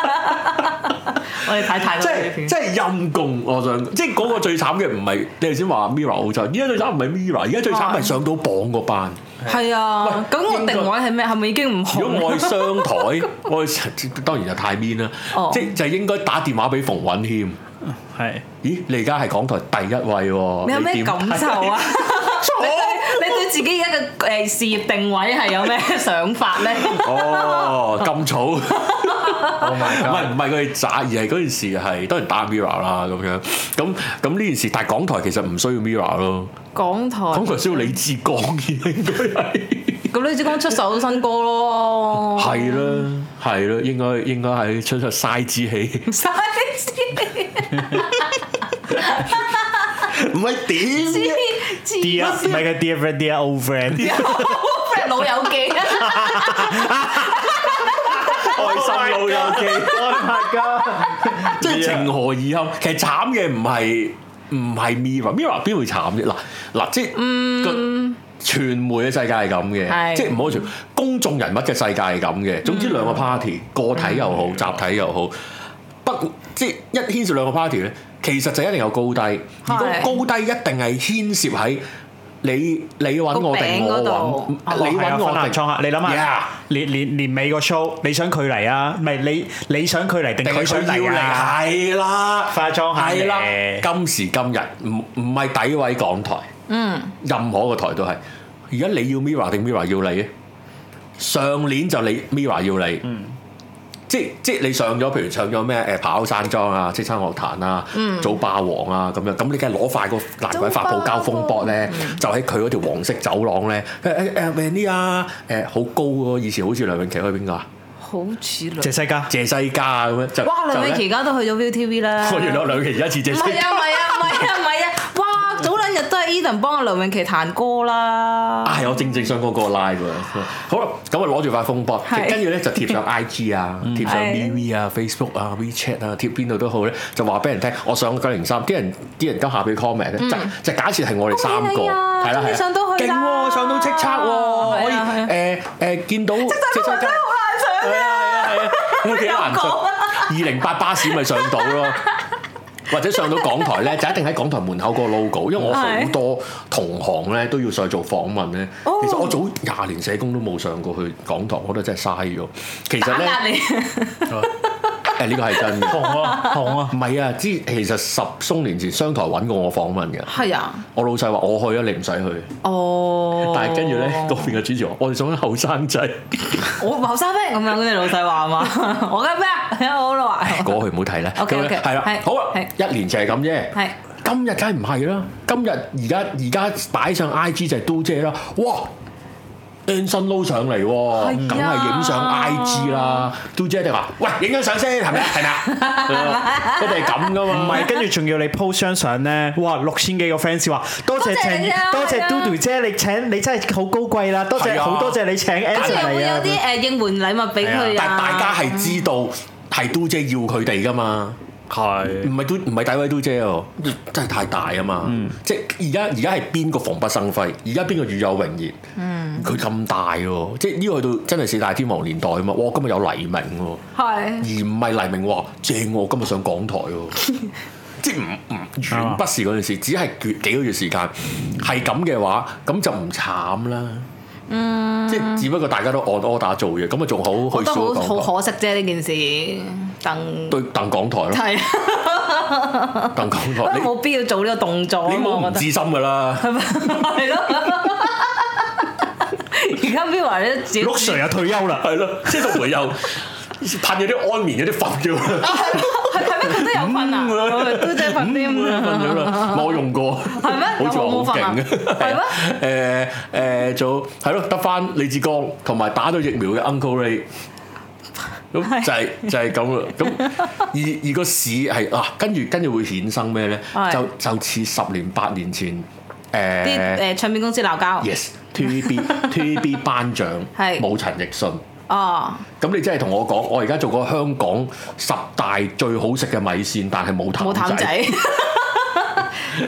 <laughs>
我哋睇太
<laughs> 即
多呢啲 <laughs>
係
片
即。係陰公，我想即係嗰個最慘嘅唔係你頭先話 Mira 好慘，而家最慘唔係 Mira，而家最
啊
慘係上到榜嗰班。
係啊，咁我定位係咩？係咪已經唔
如果
紅
我
啦？
係
<laughs>
商台，我係當然就太 mean 啦
哦，
即係就應該打電話俾馮允謙。
係
咦，你而家係港台第一位喎，
你有咩
點
感受
<laughs>
啊？你對你對自己而家嘅誒事業定位係有咩想法咧？
哦，咁
<laughs>
早，唔
，Oh my
係
god！
唔係佢哋渣，而係嗰件事係當然打 Mirror 啦咁樣，咁咁呢件事，但係港台其實唔需要 Mirror 咯，
港台
港台需要李志剛嘅應該係，
咁你只講出首新歌咯，
係啦係啦，應該應該係出出嘥之
<laughs>
氣，
嘥啲
唔係點啫
知
Dear 唔係嘅 Dear friend Dear old friend，
<laughs> friend 老友記啊！
開心老友記，
Oh my god！
即係情何以堪？其實慘嘅唔係唔係 Mirror，Mirror 邊會慘啫？嗱嗱，即係個傳媒嘅世界係咁嘅，
嗯係嗯
即係唔好傳公眾人物嘅世界係咁嘅。總之兩個 party，個體又好，集體又好，不即係一牽涉兩個 party 咧，其實就一定有高低，而
係
個高低一定係牽涉喺。你你揾我
個餅嗰
定我揾
度，哦
你
係啊
揾
分
我
下
定
倉下，你諗下
Yeah，
連連連尾個 show，你想佢嚟啊？唔係你你想佢嚟定
定係
佢想
佢要
嚟
嚟
啊？
係啦，
化妝下
係啦
嚟。
今時今日唔唔係詆毀港台，
嗯，
任何一個台都係。而家你要 Mira 定 Mira 要你啊？上年就你 Mira 要你，
嗯
即即你上咗，譬如唱咗咩誒跑山莊啊、叱咤樂壇啊、
嗯
早霸王啊咁樣，咁你梗係攞塊個爛鬼發泡膠風波咧，
嗯
就喺佢嗰條黃色走廊咧，誒誒誒 Vanny 啊，誒好高喎，以前好似梁詠琪去邊個啊？
好似梁
謝世嘉，
謝西嘉啊咁樣就
哇，
就
梁
咧
詠琪而家都去咗 ViuTV 啦。
我原來兩期而家似
唔
謝西
係
嘉。
啊，唔係啊，唔係啊，唔係啊！哇，早兩日都係 Eden 幫阿梁詠琪彈歌啦。
啊，係我正正想講嗰個 live 喎。好啦，咁啊攞住塊風波，
係
跟住咧就貼上 IG 啊，貼上
係
MeWe 啊、Facebook 啊、WeChat 啊，貼邊度都好咧，就話俾人聽，我上九零三，啲人啲人都下俾 comment 咧，就就假設係我哋三個，
恭喜你啊
係啦
終於
係啊
上到去
勁
啦
喎，上到叱咤喎，可
係啊係啊
以誒誒見到叱
真係好
咤
難想
係
嘅，
啊係啊係啊，幾難上
又講啊
二零八巴士咪上到咯。或者上到港台咧，就一定喺港台門口個 logo，因為我好
係
多同行咧都要上去做訪問咧。
哦
其實我早廿年社工都冇上過去港台，我覺得真係嘥咗。其實
打
咧，
壓你。啊
<laughs> 誒呢個係真嘅。
紅啊紅啊！
唔係啊，之其實十鬆年前商台揾過我訪問嘅，
係啊，
我老細話我去啊，你唔使去。
哦。
但係跟住咧，嗰邊嘅主持話：我哋想揾後
<laughs>
生仔，
我後生咩咁樣？跟住老細話嘛，
<laughs>
我嘅咩啊？我老話
過去唔好睇啦。
OK，
咁樣
OK，
係啦
係，
好啊，
係
一年就係咁啫。
係
今日梗係唔係啦，今日而家而家擺上 IG 就係 Do 姐啦，哇！Anson Lo 上嚟喎，
係
梗係影
啊
相 IG 啦。Do 姐一定話：喂，影張相先，係咪啊？係咪啊？一定係咁噶嘛。
唔係，跟住仲要你 post 張相咧，哇！六千幾個 fans 話多謝
多謝
陳
你啊，
多
係
謝
啊
Dodo 姐，你請你真係好高貴啦，多
係
謝
啊
好多謝你請
跟住
Anson
會
嚟
有
啊！
啲誒應援禮物俾佢啊。
但大家係知道係 Do 姐要佢哋噶嘛。唔
係
係都唔係大位都姐喎，真係太大啊嘛！即係而家而家係邊個防不勝輝？而家邊個與有榮焉？佢咁、大喎，即係呢個去到真係四大天王年代啊嘛！哇，今日有黎明喎，而
係
唔係黎明話正我今日上港台喎，即係唔唔遠不是嗰件事，只係幾幾個月時間係咁嘅話，咁就唔慘啦。嗯，即係只不過大家都按 order 做嘢，咁咪仲好
我
去
覺得
數港
好
台
好可惜啫呢件事，鄧
對鄧港台
<laughs>
咯， <laughs>
係
鄧港
覺 <laughs> 得
台你
冇必要做呢個動作啊
你
嘛，
冇
我
唔
覺得
自深㗎啦。
係咯。而家 v i v 咧自己
陸 Sir 又退休啦，
<laughs> 係咯，即係同佢又噴咗啲安眠嗰啲瞓咗
<laughs>
啦，
係係咩？佢都有瞓
嗯
啊，我都真係瞓添
瞓
啊。
咗啦。我用過，
係咩
好似話好勁
有冇瞓啊係咩
咩？ <laughs> 誒誒，做係咯，得翻李志剛同埋打咗疫苗嘅 Uncle Ray。咁
係
就係、就係咁啦，咁而而個市係啊，跟住跟住會衍生咩咧？
係
就就似十年八年前誒、
啲誒唱片公司鬧交，
yes TVB TVB 頒獎
係
冇陳奕迅。
哦，
咁你真係同我講，我而家做過香港十大最好食嘅米線，但係冇
冇
淡
淡
仔。
仔，
<laughs>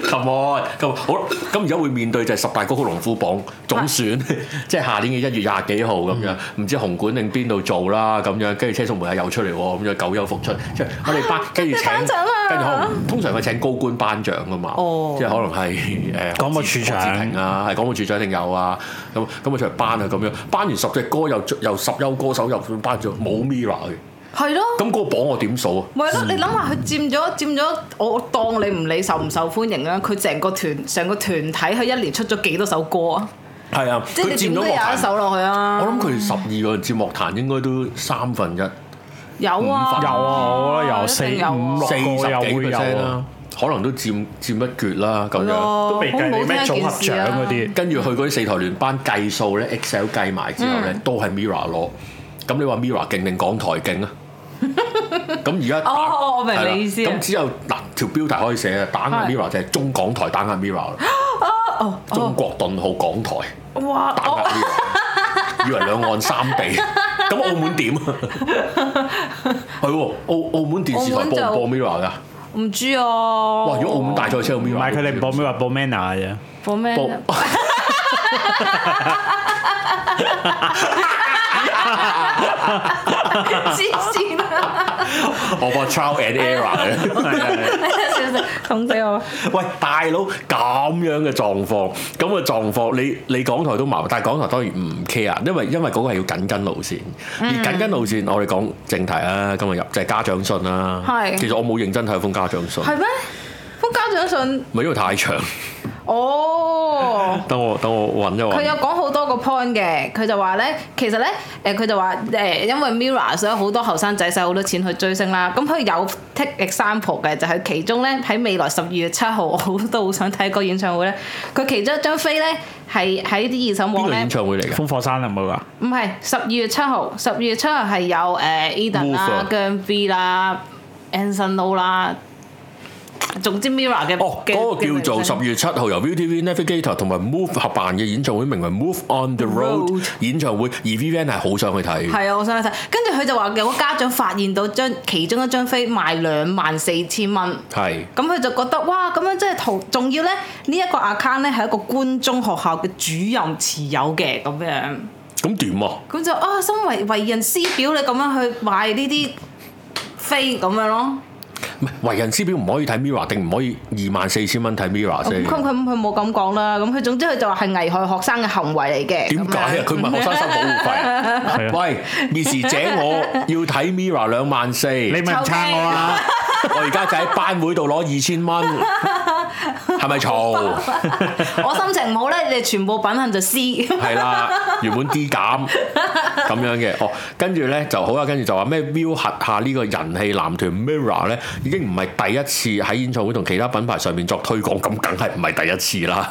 Come on，come on，好咁而家會面對就係十大高雄農夫榜總選， <laughs> 即係下年嘅一月廿幾號咁樣，
嗯
唔知紅館定邊度做啦咁樣，跟住車淑梅又出嚟喎，咁樣久休復出，即係我哋
<laughs>
頒跟住請
頒獎啊，
跟住可能通常係請高官頒獎噶嘛
哦，
即係可能係呃誒
廣播處長
何志平啊，係廣播處長一定有啊，咁咁我出嚟頒啊咁樣，頒完十隻歌又又十優歌手又頒咗冇 Mira 嘅，
係咯。
咁嗰個榜我點數啊？
咪係咯，你諗下佢佔咗佔咗，我當你唔理受唔受歡迎啦，啊佢成個團成個團體，佢一年出咗幾多首歌啊？
係啊，
即係
佢
你點
佔
都
咗
有
樂
一
壇
首落去啊！
我諗佢十二個人節目壇應該都三分一，
有啊，
有啊我覺得有
一定
四
有啊
五六
四
個又
十幾
會有
percent 啦
啊，
可能都佔佔一橛啦咁
係
樣。
咯
都未計
哦好唔
你
好聽
咩
一
組
件
合
事
獎
啊
嗰啲。
跟住去嗰啲四台聯班計數咧，Excel 計埋之後咧，
嗯
都係 Mira 攞。咁你話 Mira 勁定港台
<laughs>
勁啊？咁而家打
哦我明你
係啦
意思啊
咁只有嗱條標題可以寫啊，打壓
係
Mira 就係中港台打壓 Mira 啦，
哦，
中國頓號港台
哇！哦
打壓
我
Mira，以為 <laughs> 兩岸三
<laughs>
地。咁澳門點啊？係喎，澳澳門電視台
澳門就
播唔播 Mira 㗎？
唔知啊。
哇！
哇
如果澳門大賽車有
唔
Mira，
係佢哋啊報咩話報 Manner 啫，
播咩
播
呢？黐線
<laughs>
啊！
<laughs>
<laughs>
我播 Trial and
<laughs>
Error <laughs>
笑死，痛死我！
喂，大佬咁樣嘅狀況，咁嘅狀況，你你港台都麻煩，但係港台當然唔 care，因為因為嗰個係要緊跟路線，
嗯
而緊跟路線，我哋講正題啦，今日入就係家長信啦。
係
其實我冇認真睇封家長信，
係咩？封家長信
咪因為太長。
哦。
等我等我揾一
佢有
揾。
講好多個 point 嘅，佢就話咧，其實咧，誒佢就話誒，因為 Mirror 所以好多後生仔使好多錢去追星啦。咁佢有 take example 嘅，就係、其中咧喺未來十二月七號，我 <laughs> 都好想睇個演唱會咧。佢其中一張飛咧係喺啲二手
邊
網
個
咧
演，唱會嚟㗎？
烽火山有啊冇㗎？
唔係十二月七號，十二月七號係有誒 Eden
Wolf 啊
啦、姜 B 啦、Anson Lo 啦，總之 Mirror 嘅
哦，
嘅
嗰個叫做
嘅
十
明星
月七號由 ViuTV Navigator 同埋 Move 合辦嘅演唱會，名為 Move on the Road
Road
演唱會，而 VVN 係好想去睇。
係啊，我想去睇。跟住佢就話有個家長發現到張其中一張飛賣兩萬四千蚊，
係
咁佢就覺得哇，咁樣真係淘。仲要咧呢一個 account 咧係一個官中學校嘅主任持有嘅咁樣，
咁點啊？
咁就啊，身為為人師表，你咁樣去買呢啲飛咁樣咯。
唔係為人師表唔可以睇 Mirror，定唔可以二萬四千蚊睇 Mirror
哦咁
先？
佢佢佢冇咁講啦，咁佢總之佢就話係危害學生嘅行為嚟嘅。
點解啊？佢唔係學生收保護
係
費。
啊
喂，Miss 姐，我要睇 Mirror 兩萬四，
你咪唔撐我啊！
我而家就喺班會度攞二千蚊，係咪嘈？
<laughs> 我心情唔好咧，你哋全部品行就 C。
係啦，原本 D 減咁樣嘅，哦，跟住咧就好啦，跟住就話咩 View 轄下呢個人氣男團 Mirror 咧，已經唔係第一次喺演唱會同其他品牌上面作推廣，咁梗係唔係第一次啦？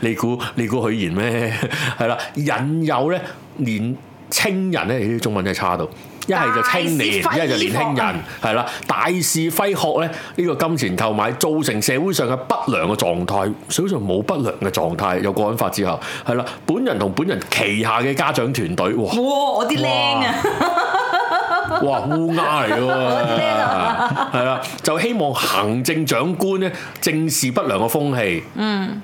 你估你估許賢咩？係啦，引誘咧年青人咧，咦中文真係差到。一係就青年，一係就年輕人，嗯係啦，大是揮霍咧，呢、個金錢購買造成社會上嘅不良嘅狀態，社會上冇不良嘅狀態，有國安法之後，係啦，本人同本人旗下嘅家長團
<laughs>
隊，哇
<laughs> 哇！我啲靚啊！
哇烏鴉嚟嘅喎，啊係啦，就希望行政長官咧正視不良嘅風氣，嗯，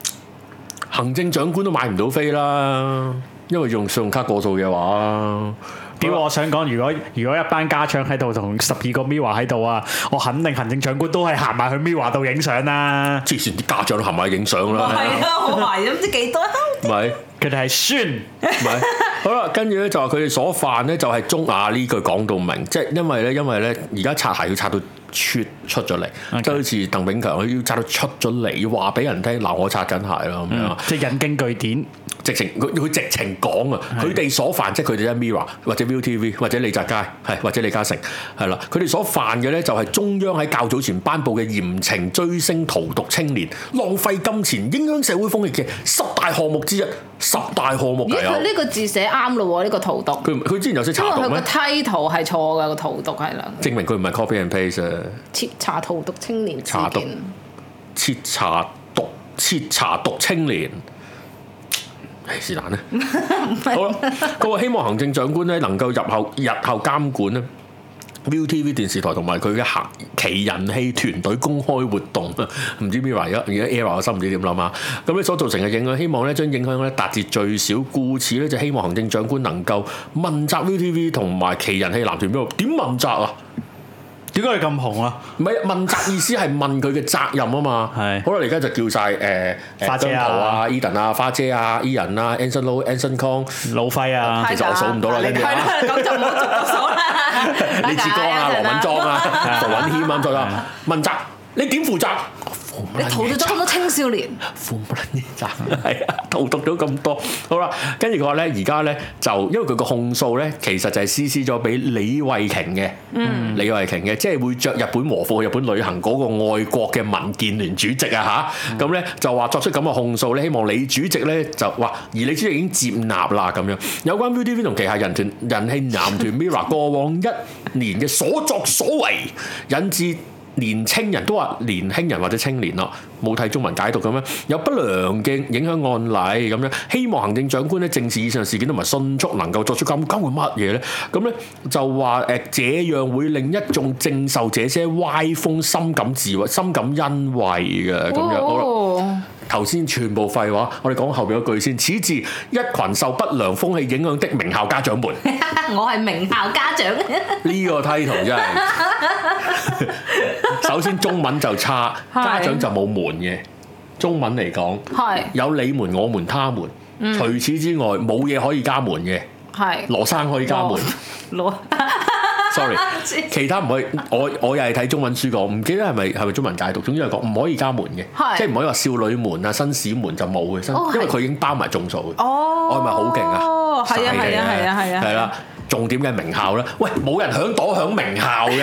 行政長官都買唔到飛啦，因為用信用卡過數嘅話。
屌！我想講，如果如果一班家長喺度同十二個 Miwa 喺度啊，我肯定行政長官都係行埋去 Miwa 度影相啊啦。
之前啲家長都行埋去影相
<laughs> 係
啦，
啊，我懷疑都唔知幾多。
咪
佢哋係酸，
咪好啦，跟住咧就話佢哋所犯咧就係中亞呢句講到明，即係因為咧因為咧而家擦鞋要擦到出出咗嚟，即
OK
係好似鄧炳強佢要擦到出咗嚟，要話俾人聽嗱我擦緊鞋啦咁樣，
即係引經據典。
直情佢佢直情講啊，佢哋所犯即係佢哋一 Mirror 或者 ViuTV 或者李澤楷係或者李嘉誠係啦，佢哋所犯嘅咧就係中央喺較早前頒布嘅嚴懲追星荼毒青年、浪費金錢、影響社會風氣嘅十大項目之一，十大項目
咦，
嚟啊
佢！呢個字寫啱咯喎，呢個圖讀。
佢唔佢之前有識
因為
查
佢
讀
個
咩？
梯圖係錯㗎，個圖讀係啦，
證明佢唔係 copy and paste 啊！
徹查圖讀青年事
查讀
件。
徹查毒，徹查毒青年。唉是
<laughs>
但啦，好啦，佢話希望行政長官咧能夠入後日後監管咧 ViuTV 電視台同埋佢嘅客奇人氣團隊公開活動， <laughs> 唔知 Mira 而家而家 Era 我心唔知點諗啊！咁咧所造成嘅影響，希望咧將影響咧達至最少，故此咧就希望行政長官能夠問責 ViuTV 同埋奇人氣男團邊度點問責啊？
點解你咁紅啊？
唔係問責意思係問佢嘅責任啊嘛。
係
好啦，你而家就叫晒誒
花
誒
姐
姜
啊
濤啊、Eden 啊、花姐啊、Ian 啊、Anson Lo、Anson Kong。
老費啊，
其實我數唔到啦
係
跟住啊
啦咁就唔好逐個數啦。
<laughs> 李志剛啊、羅敏莊啊、杜允軒啊，再啦，問責你點負責？
你荼毒咗咁多青少年，
父母撚嘢賺，係啊，荼毒咗咁多，好啦，跟住佢話咧，而家咧就因為佢個控訴咧，其實就係施施咗俾李慧瓊嘅，嗯，李慧瓊嘅，即係會着日本和服去日本旅行嗰個愛國嘅民建聯主席啊吓，咁咧、就話作出咁嘅控訴咧，希望李主席咧就話，而李主席已經接納啦咁樣。有關 ViuTV 同旗下人團人氣男團 Mira 過往一年嘅所作所為，引致。年青人都話年輕人或者青年咯，冇睇中文解讀咁樣，有不良嘅影響案例咁樣，希望行政長官咧正視以上事件同埋迅速能夠作出監監管乜嘢咧？咁咧就話誒，這樣會令一眾正受這些歪風深感自慰、深感欣慰嘅咁樣。好啦。
哦
<laughs> 頭先全部廢話，我哋講後邊嗰句先。此致一群受不良風氣影響的名校家長們，
我係名校家長，
呢個
<laughs>
title 真係。首先中文就差，
係
家長就冇門嘅。中文嚟講，
<laughs> 係嗯
有你們、我們、他們。除此之外，冇嘢可以加門嘅。
係
羅生可以加門
羅攞
，sorry。其 <laughs> 他唔可以，我我又係睇中文書講，唔記得係咪係咪中文解讀。總之係講唔可以加門嘅，
係
即係唔可以話少女門啊、紳士門就冇嘅，新
哦係
因為佢已經包埋眾數嘅。
哦，
我係咪好勁啊？
哦，係啊
犀利
係啊係啊係啊，
係啦。重點嘅係名校啦，喂，冇人響朵響名校
<laughs>
㗎，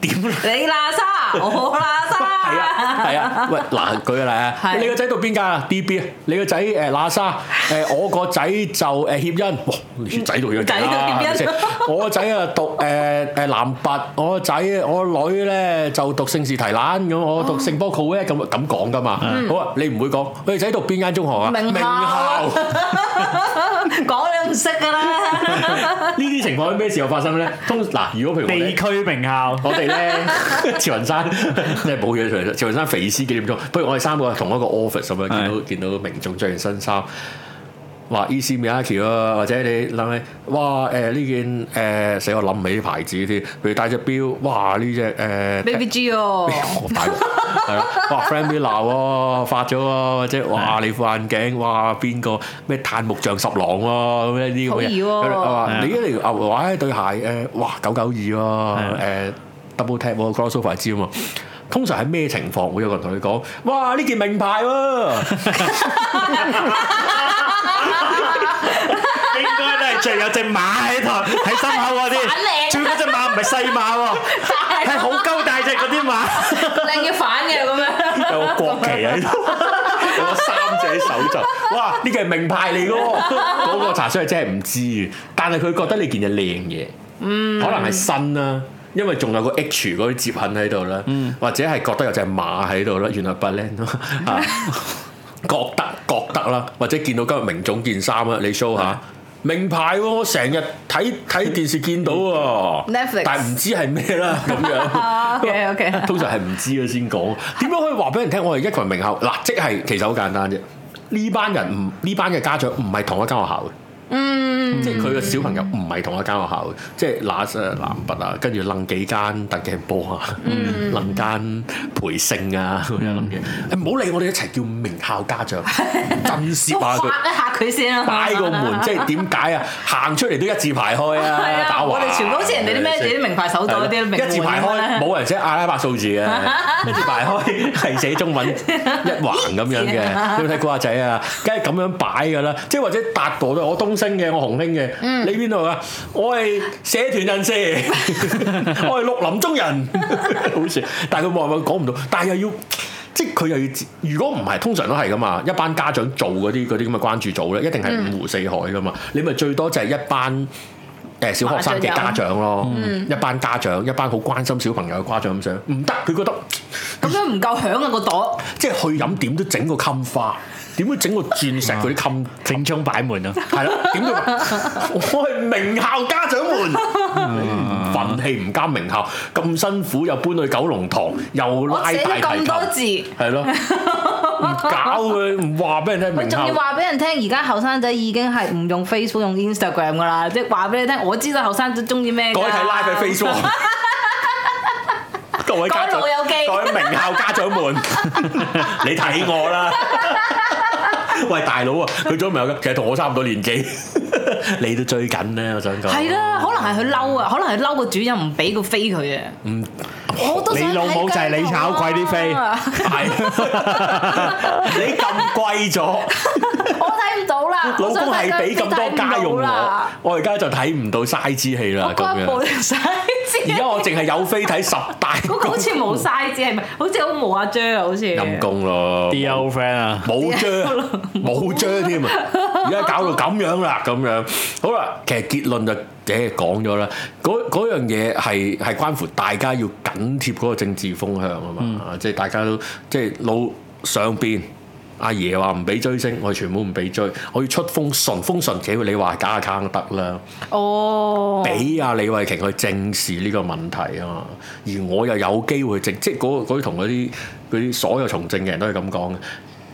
點咧？
你喇沙，我喇沙，
係啊，係啊，喂，嗱，舉個例啊
係，
你個仔讀邊間啊？DB 啊，你個仔誒喇沙，誒我個仔就誒協恩，哇，你仔讀協
仔
恩
讀
啦，
協
係咪
恩
先我個仔啊讀誒誒南拔，我個仔我女咧就讀聖士提蘭咁，我
哦
讀聖波庫咧咁咁講噶嘛，好啊，你唔會講你個仔讀邊間中學啊？
嗯名校 <laughs> <laughs> 講你都唔識㗎
<laughs>
啦，
呢啲情況喺咩時候發生咧？通嗱，如果譬如我哋
地區名校，
我哋咧， <laughs> 潮雲山 <laughs> 即係冇嘢潮雲山，潮雲山肥師幾點鐘？不如我哋三個同一個 office 咁樣，見到見到民眾着件新衫，話 E C Miyaki 啊，或者你諗起哇誒呢件誒、死我諗唔起啲牌子添，譬如戴隻錶，哇呢只誒。
Baby G <laughs>
<laughs>
哦，
我大鑊係啦！哇，friend 俾鬧喎，發咗喎，或者哇你副眼鏡，哇邊個咩炭木匠十郎喎咁樣呢啲咁嘅嘢。
好易喎
我
係
話
啊
你一嚟牛話對鞋誒，哇九九二
啊
喎誒 double tap 喎 crossover 知啊嘛。通常係咩情況會有個人同你講？哇！呢件名牌喎，
應該都係最有隻馬喺頭喺心口嗰啲，最嗰只馬唔係細馬喎，
啊
係好鳩大隻嗰啲馬，
靚嘅反嘅咁樣，
有個國旗喺度，有個三隻喺手袖。哇！呢件係名牌嚟嘅喎，嗰個茶水係真係唔知嘅，但係佢覺得呢件嘢靚嘢。可能係新啦，因為仲有個 H 嗰啲接痕喺度啦，或者係覺得有隻馬喺度啦，原來 b a l e n 啊，覺得覺得啦，或者見到今日明總件衫啦，你 show 下。名牌喎、我成日睇睇電視見到喎、
Netflix
但係唔知係咩啦咁 <laughs> 樣。
啊 OK，OK
通常係唔知嘅先講。點樣可以話俾人聽？我係一群名校嗱，即係其實好簡單啫。呢班人唔呢班嘅家長唔係同一間學校嘅。
嗯
即係佢個小朋友唔係同一間學校嘅，即係嗱誒南北啊，跟住楞幾間鄧鏡波啊，
嗯
<laughs> 楞間培聖啊咁樣諗嘅。誒唔好理我哋一齊叫名校家
<laughs>
長，震攝下佢，
發一下佢先啦，啊
擺個門，即係點解啊？行出嚟都一字排開啊，
係啊
打橫
我哋全部好似人哋啲孭住啲名牌手袋嗰啲名門啊
一字排開， <laughs> 冇人寫阿拉伯數字嘅，一字排開係寫中文一橫咁樣嘅。你有冇睇古惑仔啊？梗係咁樣擺㗎啦，即係或者達到啦。我東升嘅，我紅興嘅，你邊度啊？我係社團人士，我係綠林中人， <laughs> 好似，但係佢冇辦法講唔到，但係又要。即係佢又要自，如果唔係，通常都係噶嘛。一班家長做嗰啲嗰啲咁嘅關注組咧，一定係五湖四海噶嘛。你咪最多就係一班誒小學生嘅家長咯，
嗯
一班家長，一班好關心小朋友嘅家長咁想，唔得，佢覺得
咁樣唔夠響啊個朵，
即係去飲點都整個襟花，點會整個鑽石嗰啲
啊
襟？
正宗擺門啊！
係啦，
<laughs>
點會？我係名校家長們，
嗯
嗯憤氣唔加名校，咁辛苦又搬去九龍塘，又
我
拉
寫咗
大提
咁多
琴，
字，
係咯，唔搞佢，唔話俾人聽
佢
名
仲
校
要。話俾人聽，而家後生仔已經係唔用 Facebook 用 Instagram 噶啦，即係話俾你聽，我知道後生仔中意咩㗎。
各位睇 live 喺 Facebook。各位家長，
各位老友記
各位名校家
<laughs>
長們，你睇我啦！喂，大佬啊，佢做名校嘅，其實同我差唔多
<laughs>
年紀，你都追緊咧，我想講。
係啦，可能係佢嬲
嗯
啊，可能係嬲個主任唔俾個飛佢啊。嗯，我都想
你老
睇
母就係
姜
你炒
糖啊
貴啲飛
係，
<laughs>
你咁貴咗，
我睇唔到啦。
老
我想
公
睇
係
姜
俾咁多家用
睇唔到
我
啦，，
我而家就睇唔到嘥支氣啦
我
咁
嗰一部
樣。
你唔使知啊
而家我淨係有飛睇十大
嗰個好似冇晒字係咪？好似好冇阿 J 啊，好似
陰公
<laughs>
咯，
啲 old friend 啊，
冇啫，冇啫添啊！而家搞到咁樣啦，咁樣好啦。其實結論就誒講咗啦，嗰嗰樣嘢係係關乎大家要緊貼嗰個政治風向啊嘛，即係大家都即係老上邊。阿爺話唔俾追星，我全部唔俾追，我要出封信，封信企你話假 account 得啦，
哦，
俾阿李慧瓊去正視呢個問題啊嘛，而我又有機會正，即係嗰嗰啲同嗰啲嗰啲所有從政嘅人都係咁講嘅。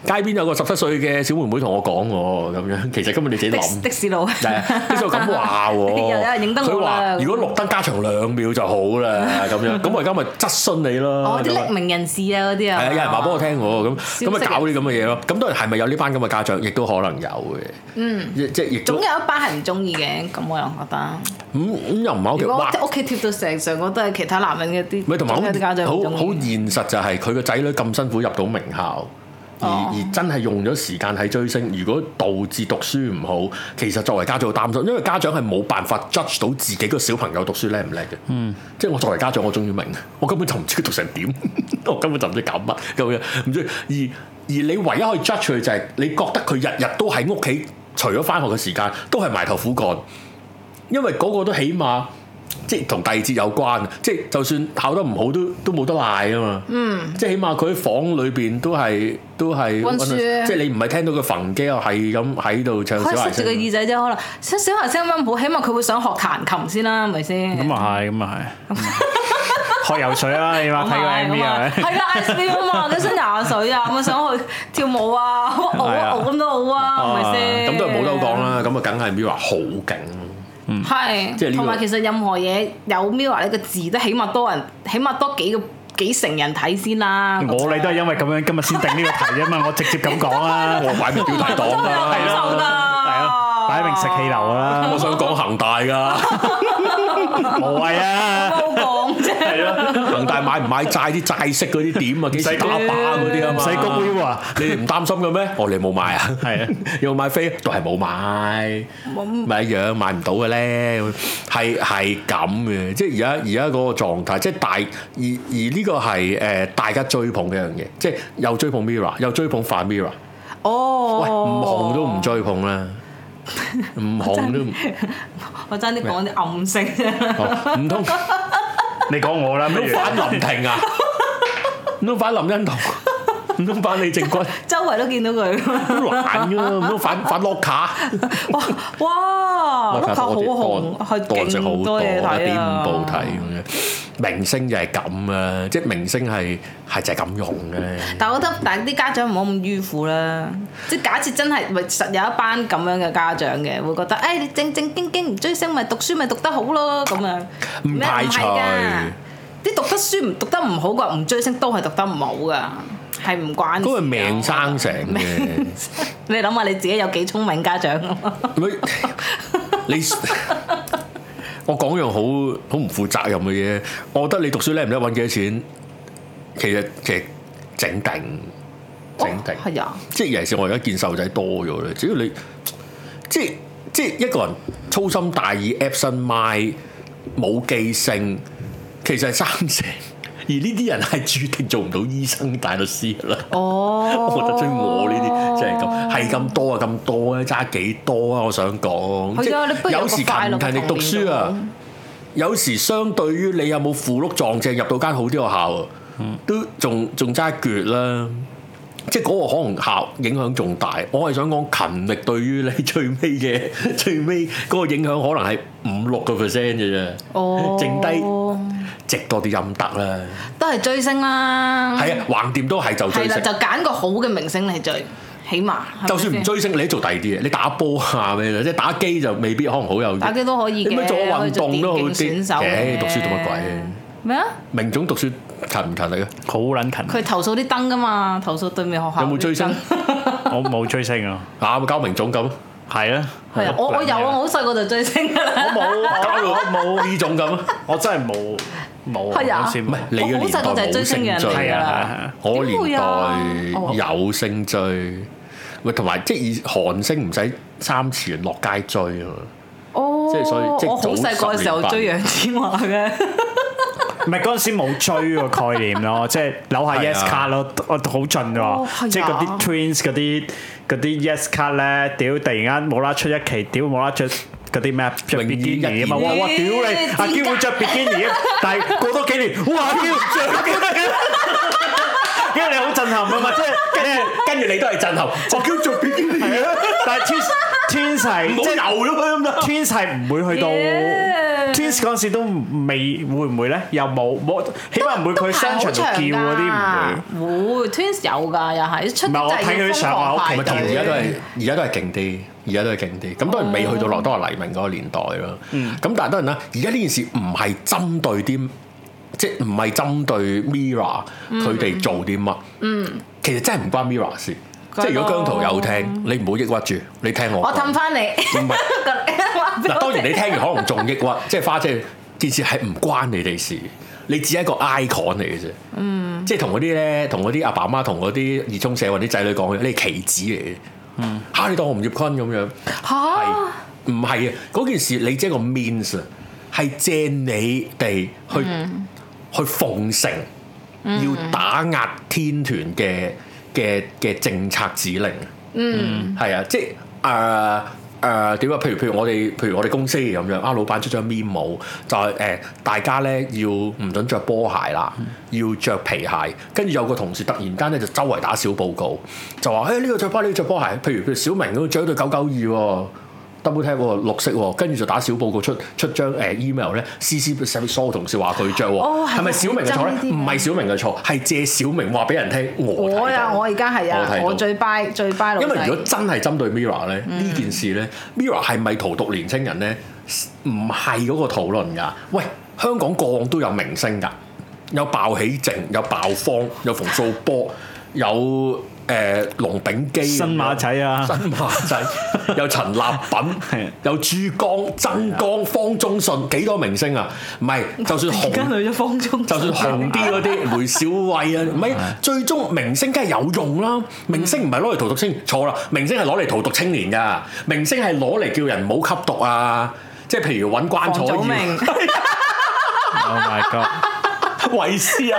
街邊有個十七歲嘅小妹妹同我講喎，咁樣 <laughs> 其實根本你自己
的 <laughs>
諗。
的士佬。
係啊，跟住我咁
<laughs>
話
又有
喎
人，認得
佢
我啦
話如果綠燈加長兩秒就好
<laughs>
啦，咁樣咁我而家咪質詢你咯。
哦，啲
咁啊
匿名人士啊，嗰啲
係
啊，
啊，有人話俾我聽喎，咁咁
消
咪
息啊
搞啲咁嘅嘢咯。咁當然係咪有呢班咁嘅家長，亦都可能有嘅。嗯，即係亦都
總有
咁
一班係唔中意嘅，咁我又覺得。
咁又唔係屋企
如果
話
我屋企貼到成上，我都係其他男人嘅啲，
咪同埋好
總有啲家長唔
好
中
好
意。
現實就係佢個仔女咁辛苦入到名校，而、
哦
而真係用咗時間喺追星，如果導致讀書唔好，其實作為家長好擔心，因為家長係冇辦法 judge 到自己個小朋友讀書叻唔叻嘅。嗯，即係我作為家長，我終於明，我根本就唔知佢讀成點， <laughs> 我根本就唔知搞乜咁樣，唔知而而你唯一可以 judge 佢就係、你覺得佢日日都喺屋企，除咗翻學嘅時間，都係埋頭苦幹。因為嗰個都起碼即係同第二節有關，啊即係就算考得唔好都都冇得賴啊嘛。嗯，即係起碼佢喺房裏邊都係都係
溫書
即係你唔係聽到佢焚機又係咁喺度唱小
可以
孩
塞住個
聲。
耳仔啫，可能小小孩聲音好，起碼佢會想學彈琴先啦，係咪先？
咁啊係，咁 <laughs> 啊係，學游水啦，你話睇個 M V 係咪？
係啊，S B 啊嘛，佢想游水啊，咁啊想去跳舞啊，好啊
係啊
好咁都好啊，係咪先？
咁都係冇得講。啦，咁啊梗係 Mirror 好
<laughs>
勁。即係呢
係，
個
同埋其實任何嘢有 mirror 呢個字都起碼多人，起碼多幾個幾成人睇先啦。
我哋都係因為咁樣今日先定呢個題啫嘛，我直接咁講啦，
我擺明表大黨
我都有 <laughs>
啦，
感受㗎，
係咯，擺明食氣流㗎啦
我，想講恒大㗎， <laughs>
無謂啊。
冇講啫。
恒大買唔買債啲債息嗰啲點啊，幾時打靶嗰啲啊
唔
嘛，
使谷 w 啊，
你哋唔擔心嘅咩？我哋冇買啊，
係啊，
<laughs> 有冇買飛？都係冇買，咪一樣買唔到嘅咧。係係咁嘅，即係而家而家嗰個狀態，即係大而而呢個係誒、呃大家追捧嘅一樣嘢，即係又追捧 Mirror，又追捧反 Mirror。
哦，
喂，唔紅都唔，追捧啦，唔紅都唔
我爭啲講啲暗
<laughs>
聲啫。
哦唔通唔
你講我啦，不
通
如
反林婷啊？唔通反林欣彤？唔通反李正君？
周圍都見
<laughs>
到佢，
好難㗎，唔通反反洛卡？
哇哇，
我
碌
睇
球好紅，
多啲多
係
多咗好
勁多嘢
一
睇
點
啊！
五部睇咁樣，明星就係咁啊！即係明星係係就係咁用嘅。
但我覺得，但啲家長唔好咁迂腐啦。即係假設真係咪實有一班咁樣嘅家長嘅，會覺得誒、哎你正正經經唔追星，咪讀書咪讀得好咯咁樣。
唔排除
咩唔係㗎啲讀得書唔讀得唔好嘅，唔追星都係讀得唔好噶，係唔關事㗎。
嗰個命生
<laughs>
成嘅，
你諗下你自己有幾聰明家長啊嘛？
你你 <laughs> 我講樣好好唔負責任嘅嘢，我覺得你讀書叻唔叻，揾幾多錢，其實其實整定整定。
係啊，
即係尤其是我而家見細路仔多咗咧，只要你即係即係一個人粗心大意、absent mind、冇記性，其實係生成。而呢啲人係注定做唔到醫生、大律師噶啦。
哦，
我覺得追我呢啲即係咁，係咁多啊，咁多啊，爭幾多啊？我想講，即
係啊，你不如
係有時勤
快
唔
樂
勤力讀書啊，有時相對於你有冇
嗯
符碌撞正入到間好啲學校啊，都仲仲爭一橛啦。即係嗰個可能效影響仲大，我係想講勤力對於你最尾嘅 <laughs> 最尾嗰個影響可能係五六個 percent 嘅啫，
哦，
剩低值多啲陰德啦。
都係追星啦，
係啊，橫掂都係就追
嗯係啦，
星
就，揀個好嘅明星嚟追，起碼係咪
就算唔
先
追星，你都做第二啲嘢，你打波啊咩即係打機就未必可能好有用。
打機都可以嘅，
你咪做個運動都好
可以
啲。
做電競選手
誒
嘅
讀書做乜鬼？
咩啊？
明總讀書勤唔勤力啊？
好撚勤，
佢投訴啲燈噶嘛，投訴對面學校啊
有冇
啲
追星
燈
我冇追星啊，
啊，咪搞明
<laughs>
總咁，
係啊，
係啊，我我有啊，我好細個就追星㗎
我
啦。
冇，
搞
我
到
冇，
呢種咁啊！
我真係冇冇啊，
係啊
嗰陣時
唔係
冇
你嘅
我好
年代
細個就係追
冇
星嘅
星
人嚟
追
㗎
係啊係
啦
啊。係啊
我年
點會啊哦
代有星追，喂，同埋即係以韓星唔使三次元落街追啊嘛！
哦，
即係所以即係
我好細個嘅時候
早十
追
年
楊千嬅嘅，
唔係嗰陣時冇追個概
<laughs>
念咯，即係扭下
係啊
yes 卡咯，我好盡
哦係啊
㗎喎，即係嗰啲 twins 嗰啲嗰啲 yes 卡咧，屌突然間冇啦出一期，屌冇啦出嗰啲咩着
泳
比
衣
基尼啊嘛，
一
哇
件
哇屌你，阿嬌會着比基尼，但係過多幾年，
<laughs>
哇嬌着比基尼，因為你好震撼啊嘛，
<laughs>
即係跟住
跟住你都係震撼，我叫做邊啲嘢啊？
但係 twins twins 係即係
好油啦嘛
Twins 係唔會去到
Yeah
Twins 嗰陣時都未會唔會咧？又冇冇，起碼唔會佢商場度叫嗰啲唔會。
唔會。會 Twins 有㗎，又係出
唔係我睇佢啲相啊我
咪
同
同
咪
而家都係，而家都係勁啲，而家都係勁啲。咁當然未去到落多係黎明嗰個年代咯。咁但係當然啦，而家呢件事唔係針對啲，即係唔係針對 Mira 佢哋做啲乜。嗯，其實真係唔關 Mira 事。即係如果姜濤有聽，你唔好抑鬱住，你聽我講。
我氹翻你。 <laughs>
唔係嗱， <laughs>
嗱
當然你聽完可能仲抑 <laughs> 鬱，即係花姐件事係唔關你哋事，你只係一個 icon 嚟嘅啫。嗯，即係同嗰啲咧，同嗰啲阿爸媽同嗰啲兒童社運啲仔女講嘅，你係棋子嚟嘅。嗯，嚇你當我吳業坤咁樣，係
<laughs> 嚇，
唔係啊？嗰件事你只係一個 means 啊，係借你哋去、去奉承，
嗯
要打壓天團嘅嘅嘅政策指令。嗯，係啊，即係誒。誒點啊？譬如譬如我哋譬如我哋公司咁樣啊，老闆出張 memo 就係誒、大家咧要唔准着波鞋啦，
嗯
要着皮鞋。跟住有個同事突然間咧就周圍打小報告，就話哎誒呢個着波呢、個着波鞋。譬如譬如小明咁着咗對九九二喎。double tap 喎，綠色喎，跟住就打小報告出出張誒 email 咧，CC 所有同事話佢着
哦
喎，
係
係咪小明嘅錯
真
咧？
啲㗎
唔係小明嘅錯，係借小明話俾人聽我睇
我
到
啊，我而家係
我睇
啊，
到
我最 buy 最 buy 老
因為
細嗯
如果真係針對 Mira 咧，呢件事咧，Mira 係咪荼毒年青人咧？唔係嗰個討論㗎。喂，香港個案都有明星㗎，有鮑起靜，有鮑方，有馮素波，有誒、呃、龍炳基，
新馬仔啊
新馬
<laughs>
仔，有陳立
係
品，有珠江、曾江、方中信，幾多明星啊？唔係，就算
而家
紅。
女咗方中，
就算紅啲嗰啲梅小慧啊，唔係最終明星梗係有用啦。明星唔係攞嚟荼毒青，錯啦，明星係攞嚟荼毒青年㗎。明星係攞嚟叫人唔好吸毒啊。即係譬如揾關
房
楚
祖名、
<laughs> 耀、
Oh my god！
維斯啊，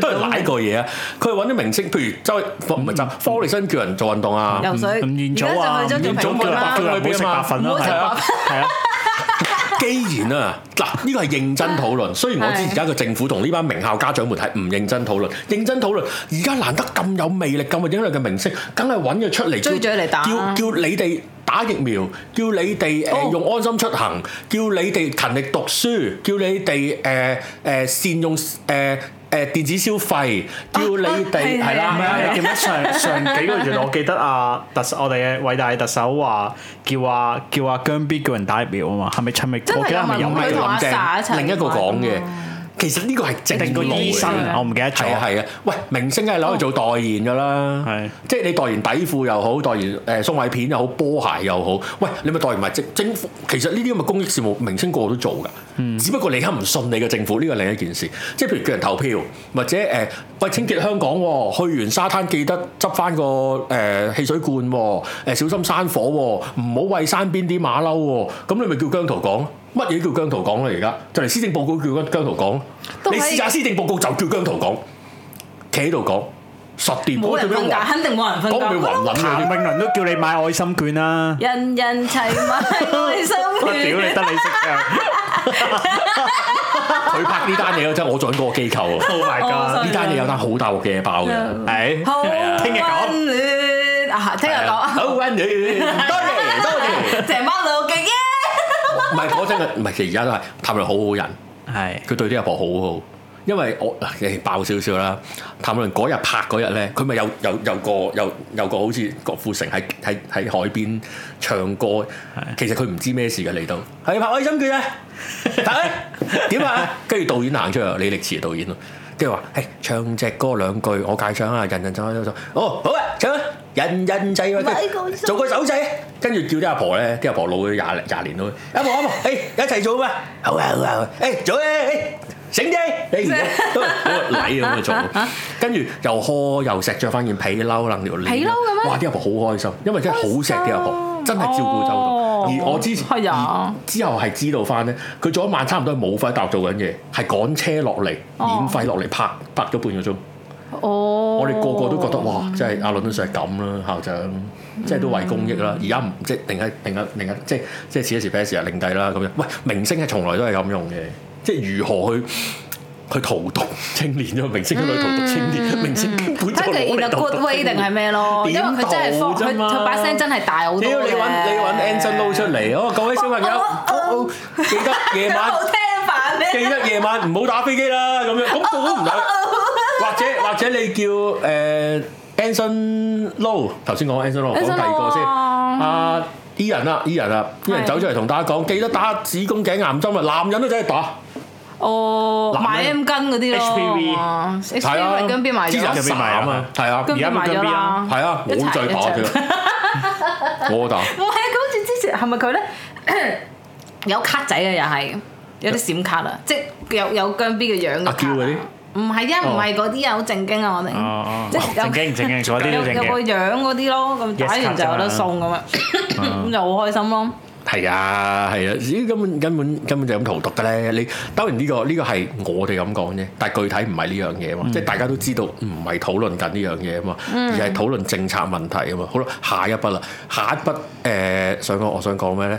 都係奶過嘢啊。佢係揾啲明星，譬如周唔係就方力申叫人做運動啊。
游水，
咁燕祖啊，
而家就去咗
燕祖
做
叫
評判
人
啦
叫
叫
人
人唔好食白粉
唔
咯，
好食
係啊
白
係啊，
既然啊，嗱呢個係認真討論。雖然我知
係
而家個政府同呢班名校家長們係唔認真討論，認真討論而家難得咁有魅力、咁有影響力嘅明星，梗係揾佢出嚟叫
追咗嚟打
叫叫你哋打疫苗，叫你哋誒、呃
哦
用安心出行，叫你哋勤力讀書，叫你哋誒誒善用誒。呃誒電子消費，叫你哋
啊係
係
啊
啦，
唔
係啊
係
係
你
啊
記唔記得上上幾個月我記得啊特首我哋嘅偉大嘅特首話叫啊叫啊姜 B 叫人打疫苗啊嘛，係咪陳咪？
真係
我記得係咪
有
有
問佢
咩
同阿
林
Sa 一齊
鄭另一個講
買㗎
嘅
嘛，
其實呢個係正
定個
路
醫
嚟
生
嘅
啊？我唔記得咗
係。啊係啊，喂，明星梗係攞去做代言噶啦，
係
即係你代言底褲又好，代言誒粟米片又好，波鞋又好，喂，你咪代言埋政政府，其實呢啲咁嘅公益事務，明星個個都做㗎，
嗯
只不過你而家唔信你嘅政府，呢個另一件事，即係譬如叫人投票，或者誒、呃喂清潔香港喎，去完沙灘記得執翻個誒、呃、汽水罐喎，呃小心山火喎，唔好喂山邊啲馬騮喎，咁你咪叫姜濤講咯。乜嘢叫姜濤講咧？而家就嚟施政報告叫姜姜濤講咯，
都
你
係
試下施政報告就叫姜濤講。企喺度講，十點
冇
我
人
做咩
瞓覺，
暈？
肯定冇人瞓
我
覺
咪。
<laughs>
暈撚
譚
咗
詠麟都叫你買愛心券啦。
人人齊 <laughs> 買愛心
我屌你
券，
得你識唱
佢拍呢單嘢嗰陣，我做緊嗰個
<laughs>
機構啊。
<laughs> ，Oh my
我
god！
信
呢單嘢有單好大鑊嘅嘢爆
嗯
嘅，
係
好
係啊聽日講，
温暖啊！聽日講，
好温暖，多謝多謝。
成班老嘅耶！
唔係嗰陣嘅，唔係其實而家都係譚詠麟好好人，
係
佢對啲阿婆好好。因為我誒爆少少啦，譚詠麟嗰日拍嗰日咧，佢咪有有有個有有個好似郭富城喺喺喺海邊唱歌，其實佢唔知咩事嘅嚟到，係拍開心佢啊，睇 <laughs> 點啊？跟住導演行出嚟，李力持導演咯，跟住話：誒唱只歌兩句，我介紹啊，人人走走走，哦好啊，唱啊，人人仔啊，跟
咪
住
講
做個手仔，跟住叫啲阿婆咧，啲阿婆老咗廿廿年都，阿婆阿婆，誒一齊做啊嘛，好啊好啊，好啊誒做啊誒。醒啫！你而家都係禮咁去做，跟住又呵又錫，着翻件皮褸，擸條啊
皮褸嘅咩
哇！啲阿婆好開心，因為真係好錫啲阿婆，真係照顧周到。
哦
而我之前
係啊
而之後係知道翻咧，佢做一晚差唔多係冇份搭做緊嘢，係趕車落嚟，
哦
免費落嚟拍拍咗半個鐘。
哦，
我哋個個都覺得哇！真係阿倫都算係咁啦，校長即係都為公益
嗯
啦。而家唔即係另一另一另一即係即係此一時彼一時係另計啦咁樣。喂，明星係從來都係咁用嘅，即係如何去去荼毒青年啫？明星都去荼毒青年，明星根本就
嗯睇佢
攞
in
嚟
a
荼
good
毒
way
青
定係
年。
咩咯？因為佢真係放
點
佢
到啫嘛
佢把聲真係大好多
屌你揾
嘅
你揾 Anson Lo 出 <laughs> 嚟，哦各位小朋友，
哦哦
哦哦記得夜晚
好。聽版咩？
記得夜晚唔好打飛機啦，咁樣咁到都唔
<laughs>
使。或者或者你叫誒、呃 Anson Low，頭先講 Anson Low，講
Anson
第二個
Lo
先。
啊
阿 E 人啦，E 人啦，E 人
係
走出嚟同大家講，記得打子宮頸癌針啊！男人都走去打，
哦，
男
買
人
M 巾嗰啲咯
HPV
啊
HPV 跟邊買
之
咗
前有
跟邊
三
買啊
啊，係啊，
跟邊買咗啦，
係啊，我
一齊
再打
一齊
佢，我打。
<laughs> 唔係，佢好似之前係咪佢咧有卡仔嘅又係有啲閃卡啊，即係有有姜 B 嘅樣嘅
阿嬌嗰啲
卡啊唔係啊，唔係嗰啲啊，好正經啊，我
哦哦
哋，即係
正
有
經正經，做啲
有
都正
有個
經。
樣嗰啲咯，咁打
Yes
完就有得
卡啫嘛
送咁樣， <laughs> 咁就好開心咯。
係啊，係啊，咦根本根本根本就係咁荼毒嘅咧。你當然呢、個呢、個係我哋咁講啫，但係具體唔係呢樣嘢啊嘛，即係大家都知道唔係討論緊呢樣嘢啊嘛，而係討論政策問題啊嘛。好啦，下一筆啦，下一筆誒、呃想講我想講咩咧？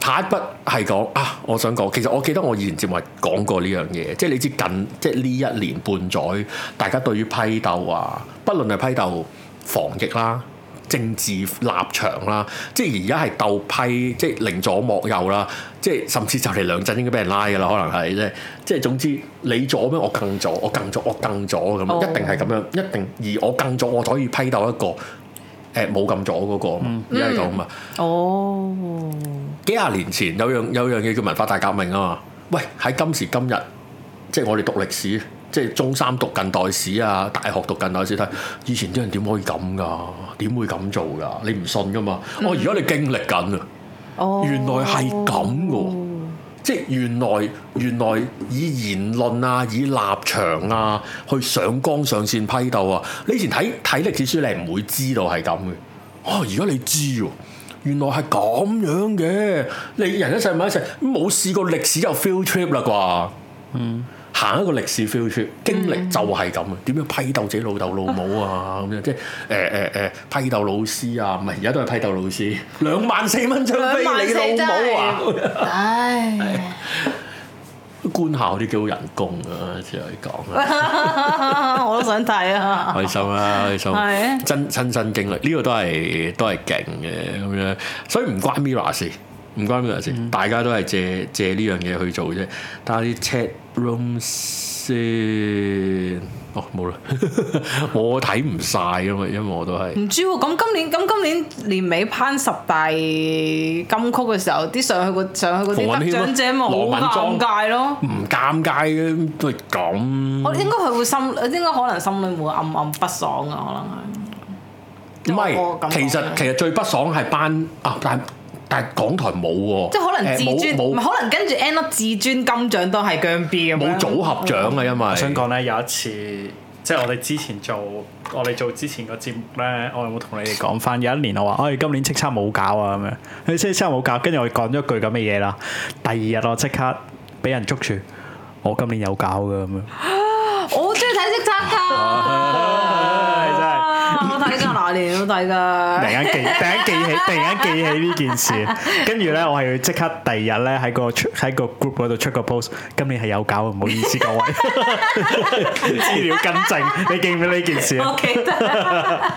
下一筆係講啊，我想講，其實我記得我以前節目係講過呢樣嘢，即係你知近即係呢一年半載，大家對於批鬥啊，不論係批鬥防疫啦。政治立場啦，即係而家係鬥批，即係寧左莫右啦，即係甚至就嚟梁振英都俾人拉㗎啦，可能係即係即係總之你左咩，我更左，我更左，我更左咁樣，
哦
一定係咁樣，一定而我更左，我可以批鬥一個誒冇咁左嗰個啊嘛，而家係咁啊嘛。
哦，
幾廿年前有樣有樣嘢叫文化大革命啊嘛，喂喺今時今日，即係我哋讀歷史，即係中三讀近代史啊，大學讀近代史睇，以前啲人點可以咁噶？點會咁做噶？你唔信噶嘛？我而家你經歷緊啊！
哦，
原來係咁嘅喎即係原來原來以言論啊、以立場啊去上綱上線批鬥啊！你以前睇睇歷史書，你係唔會知道係咁嘅。哦，而家你知喎，原來係咁樣嘅。你人一世物一世，冇試過歷史有 field trip 啦啩？行一個歷史 feel trip，經
嗯
歷就係咁啊！點樣批鬥自己老豆老母啊？咁樣即係誒誒誒批鬥老師啊，唔係而家都係批鬥老
<laughs>
師，兩萬四蚊張飛
兩萬四
你
真
老母啊！
係，唉。 <laughs>
官校啲幾好人工啊，只可以講啊，
我都想睇啊！
<laughs> 開心啦，開心，
係啊
真親身經歷，呢、個都係都係勁嘅咁樣，所以唔關 Mira 事，唔關 Mira
嗯
事，大家都係借借呢樣嘢去做啫。但係啲 chat room 先，哦冇啦， <laughs> 我睇唔晒啊嘛，因為我都係。
唔知喎，咁今年咁今年年尾攀十大金曲嘅時候，啲上去個上去嗰啲
黃
得
韻軒咯
獎者咪好
羅敏莊
尷
嗯
尬咯。
唔尷尬嘅，都係咁。
嗯我應該佢會心，應該可能心裏會暗暗不爽啊，可能係。
唔
我
係，
感覺
其實其實最不爽係班啊，但但係港台冇喎，
即係可能自
誒
尊，
冇
唔
冇
係可能跟住 end up 自尊金獎都係姜 B 咁樣。
冇組合獎啊，因為
我想講咧，有一次即係我哋之前做，我哋做之前個節目咧，我有冇同你哋講翻？有一年我話：，哎，今年叱咤冇搞啊，咁樣，佢叱咤冇搞，跟住我講咗句咁嘅嘢啦。第二日我即刻俾人捉住，啊
哦
我今年有搞嘅咁樣。
啊
<laughs>
我中意睇叱咤㗎。啊，年年都抵
<laughs>
突
噶。
然間記，突然間記起，突然間記起呢件事，跟住咧，我係要即刻第二日咧喺個出喺個 group 嗰度出個 post，今年係有搞，唔好意思各位， <laughs> 資料更正，你記唔記得呢件事啊
我？記
<laughs>
得，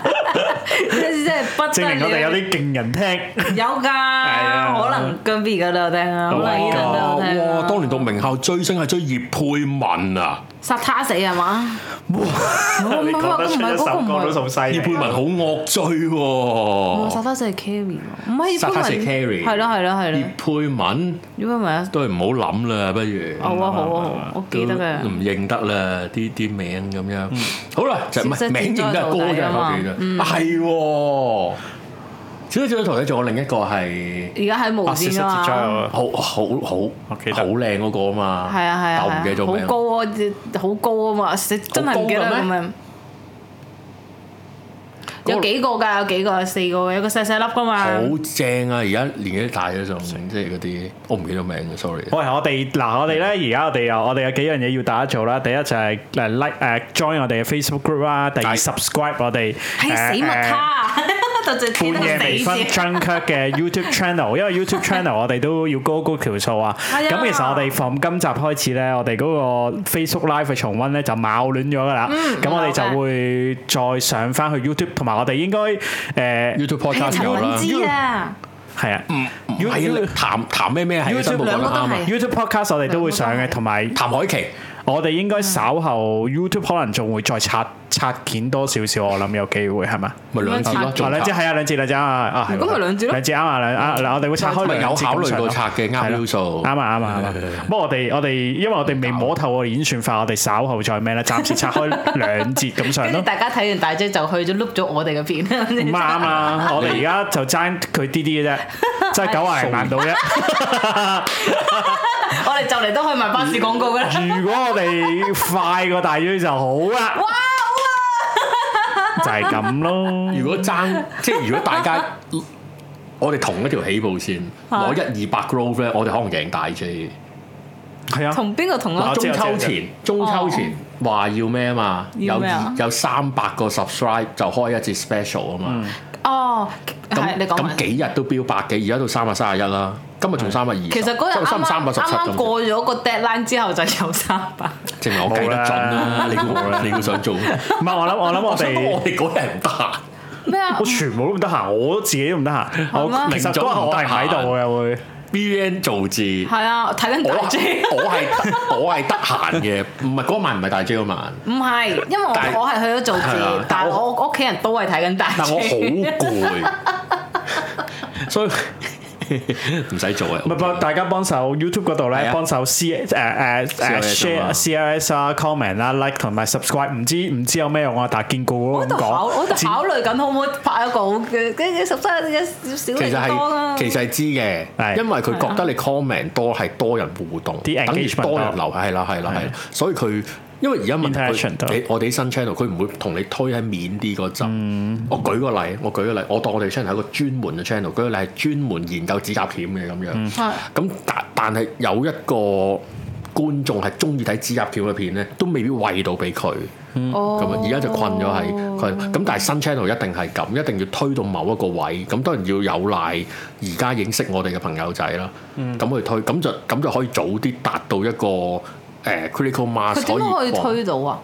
真係真係不
證
得
明我哋有
了。
啲勁人聽，
有
啊
㗎，可能跟 B 嗰都有聽
Oh
啊，可能呢輪都有聽啊。
哇！當年讀名校追星係追葉佩文啊，
殺他死係嘛？冇
你講得出一首歌都好犀
葉佩
利
文。好惡追喎
我。哦殺他死係 Carrie 喎，唔係
殺他死
葉佩
Carrie
文係咯係咯係
葉
咯，
佩文
葉佩文啊
都係唔好諗啦，不如。
嗯
好啊好啊好啊，我記得
都
㗎。
唔認得啦，啲啲名咁樣。好啦，就
小
唔係
姐
名
接咗
認得，
做
歌
弟
嘅
啊嘛
我記得。啊係喎，小姐小姐徒弟仲有另一個係
而家喺無
白色
線
色
啊
節
嘛，
奏，
好好好
我記得
好靚嗰個啊嘛。
係啊係啊係
但我唔記得
啊，
咗名。
好高啊，好高啊嘛，真係唔記得
好高
咁
嘅咩
樣。有幾個㗎？有幾個？有四個嘅，有個細細粒㗎嘛。
好正啊！而家年紀大咗仲即係嗰啲，我唔記得名嘅，sorry。
喂，我哋嗱，我哋咧而家我哋有我哋有幾樣嘢要大家做啦。第一就係誒 like 誒 join 我哋嘅 Facebook group 啦，第二
係
subscribe 我哋
係
誒
哎死物
誒
卡， <laughs> 就直接
半夜微
死
醺
字。
Junker
<laughs>
嘅 YouTube channel，因為 YouTube channel 我哋都要高高條數啊。
係啊
咁其實我哋從今集開始咧，我哋嗰個 Facebook Live 嘅重温咧就貌亂咗噶啦。
嗯
咁我哋就會再上翻去 YouTube，同埋我哋應該誒
YouTube
係
podcast
陳
有啦
敏，之啊，
係啊
唔係啊，談談咩咩係
YouTube
啊真冇講得啱
兩個都
啊
係。
YouTube podcast 我哋都會上嘅，同埋。
譚海琪
我哋應該稍
嗯
後 YouTube 可能仲會再拆拆件多少少，我諗有機會係嘛？
咪兩次咯，
兩
啊
仲
兩隻
拍
係啊，兩隻兩隻啊啊係喎。
咁咪兩隻咯
兩隻啱啊，兩啊嗱，我哋會拆開
咪
兩
有
隻
考
咁
慮
上
過
咯
拆嘅
係啦
啱 U 數。
啱啊啱啊 <laughs> 啱啊！不過我哋我哋因為我哋未摸透我哋演算法，我哋稍後再咩 <laughs> 咧？暫時拆開兩節咁上
跟住
咯。
大家睇完大姐就去咗碌咗我哋嘅片，
唔啱 <laughs> 啊！我哋而家就爭佢啲
<laughs>
啲嘅啫，即係九廿萬到啫。
我哋就嚟都可以賣巴士廣告噶啦。
如果我哋快過大 U 就好啦，
<laughs> 哇！
就係咁咯。
<laughs> 如果爭，即係如果大家我哋同一條起步
<laughs>
線，攞一二百 growth 咧，我哋可能贏大 J。
係
好
啊
啊，，同邊個同
嗱
啊
我？知
中
我知
秋
我知
前，中秋前話要咩啊嘛？
哦要
有
咩啊
有三百個 subscribe 就開一節 special 啊
嗯
嘛。
哦，係
咁
你講埋
咁。幾日都標百幾，而家到三百三十一啦，今日仲三百二十，
其實嗰日
今日
啱
三三百
啱
十
啱
七
啱
咁，
過咗個 deadline 之後就有三百，
證明我計得準啦。你
啦
估你估想做咩？
唔係我諗我諗我
我想講
哋
我。哋嗰日唔得閒，
咩啊
我？全部都唔得閒，我自己都唔得閒。我其實嗰日我係唔喺度嘅會。
B N 造
<laughs>
字，
係啊，睇緊
我
大 J。
我係我係得閒嘅，唔係嗰晚唔係大 J 嗰晚，
唔係，因為我
但係
我係去咗做
係啊
字，但係我我屋企人都係睇緊大 J。
但我好攰，所以唔使做啊。
唔係幫大家幫手 YouTube 嗰度
係
咧
啊，
幫手 C 誒誒誒
CLS 啊嘛
share CLS 啊 comment 啦 like 同埋 subscribe，唔知唔知有咩用啊？但係見
<laughs>
過
我
咯
喺
咁
度考，我喺
講，
度考慮緊可唔可以拍一個好嘅，跟住十三嘅少
其實
少多啦
係。其實係知嘅，
係
因為佢覺得你 comment 多係多人互動，
啲
等於
engagement
多人
多
留係啦係啦係啦，所以佢。因為而家問題佢
Interaction 多
你我哋啲新 channel，佢唔會同你推喺面啲嗰陣。
嗯
我舉個例，我舉個例，我當我哋 channel 係一個專門嘅 channel，舉個例係專門研究指甲鉗嘅咁
嗯
樣。
係
咁但但係有一個觀眾係中意睇指甲鉗嘅片咧，都未必喂到俾佢。
哦
咁啊，而家就困咗喺佢。咁但係新 channel 一定係咁，一定要推到某一個位。咁當然要有賴而家認識我哋嘅朋友仔啦。咁去推，咁就咁就可以早啲達到一個誒 critical
佢
mass，
點樣可啊以
以
推到啊？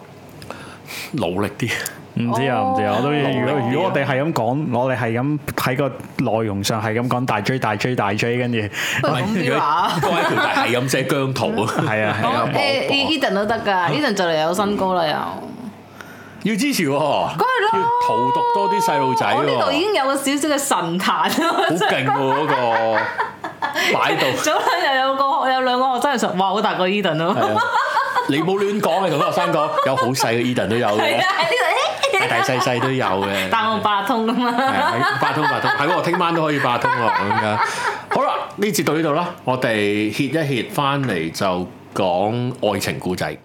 努力啲。
唔知啊唔知啊，我都如
哦
果如果我哋係咁講，我哋係咁喺個內容上係咁講大 J 大 J 大 J，跟住
不如講啲 <laughs> 話。
各位條大係咁寫姜 <laughs> 圖啊，
係啊係啊
啊
講
冇
啊誒 Eden 都得㗎，Eden 就嚟有新歌啦又。
要支持喎，
梗係啦，
要荼毒多啲細路仔
我哦呢度已
喎，
經有個少少嘅神壇啦。
<laughs> 好勁喎嗰個擺
<laughs>
到。
早兩日有個有兩個學生係想，哇好大個 Eden 咯。
係啊你冇亂講，你同啲學生講，有好細嘅 Eden 都有
係
嘅
啊，，喺呢
大
度。
大細細都有嘅。
但我八達通㗎嘛。
係喺八通八通，係喎，聽晚都可以八通喎咁樣。好啦，呢節到呢度啦，我哋歇一歇，翻嚟就講愛情故仔。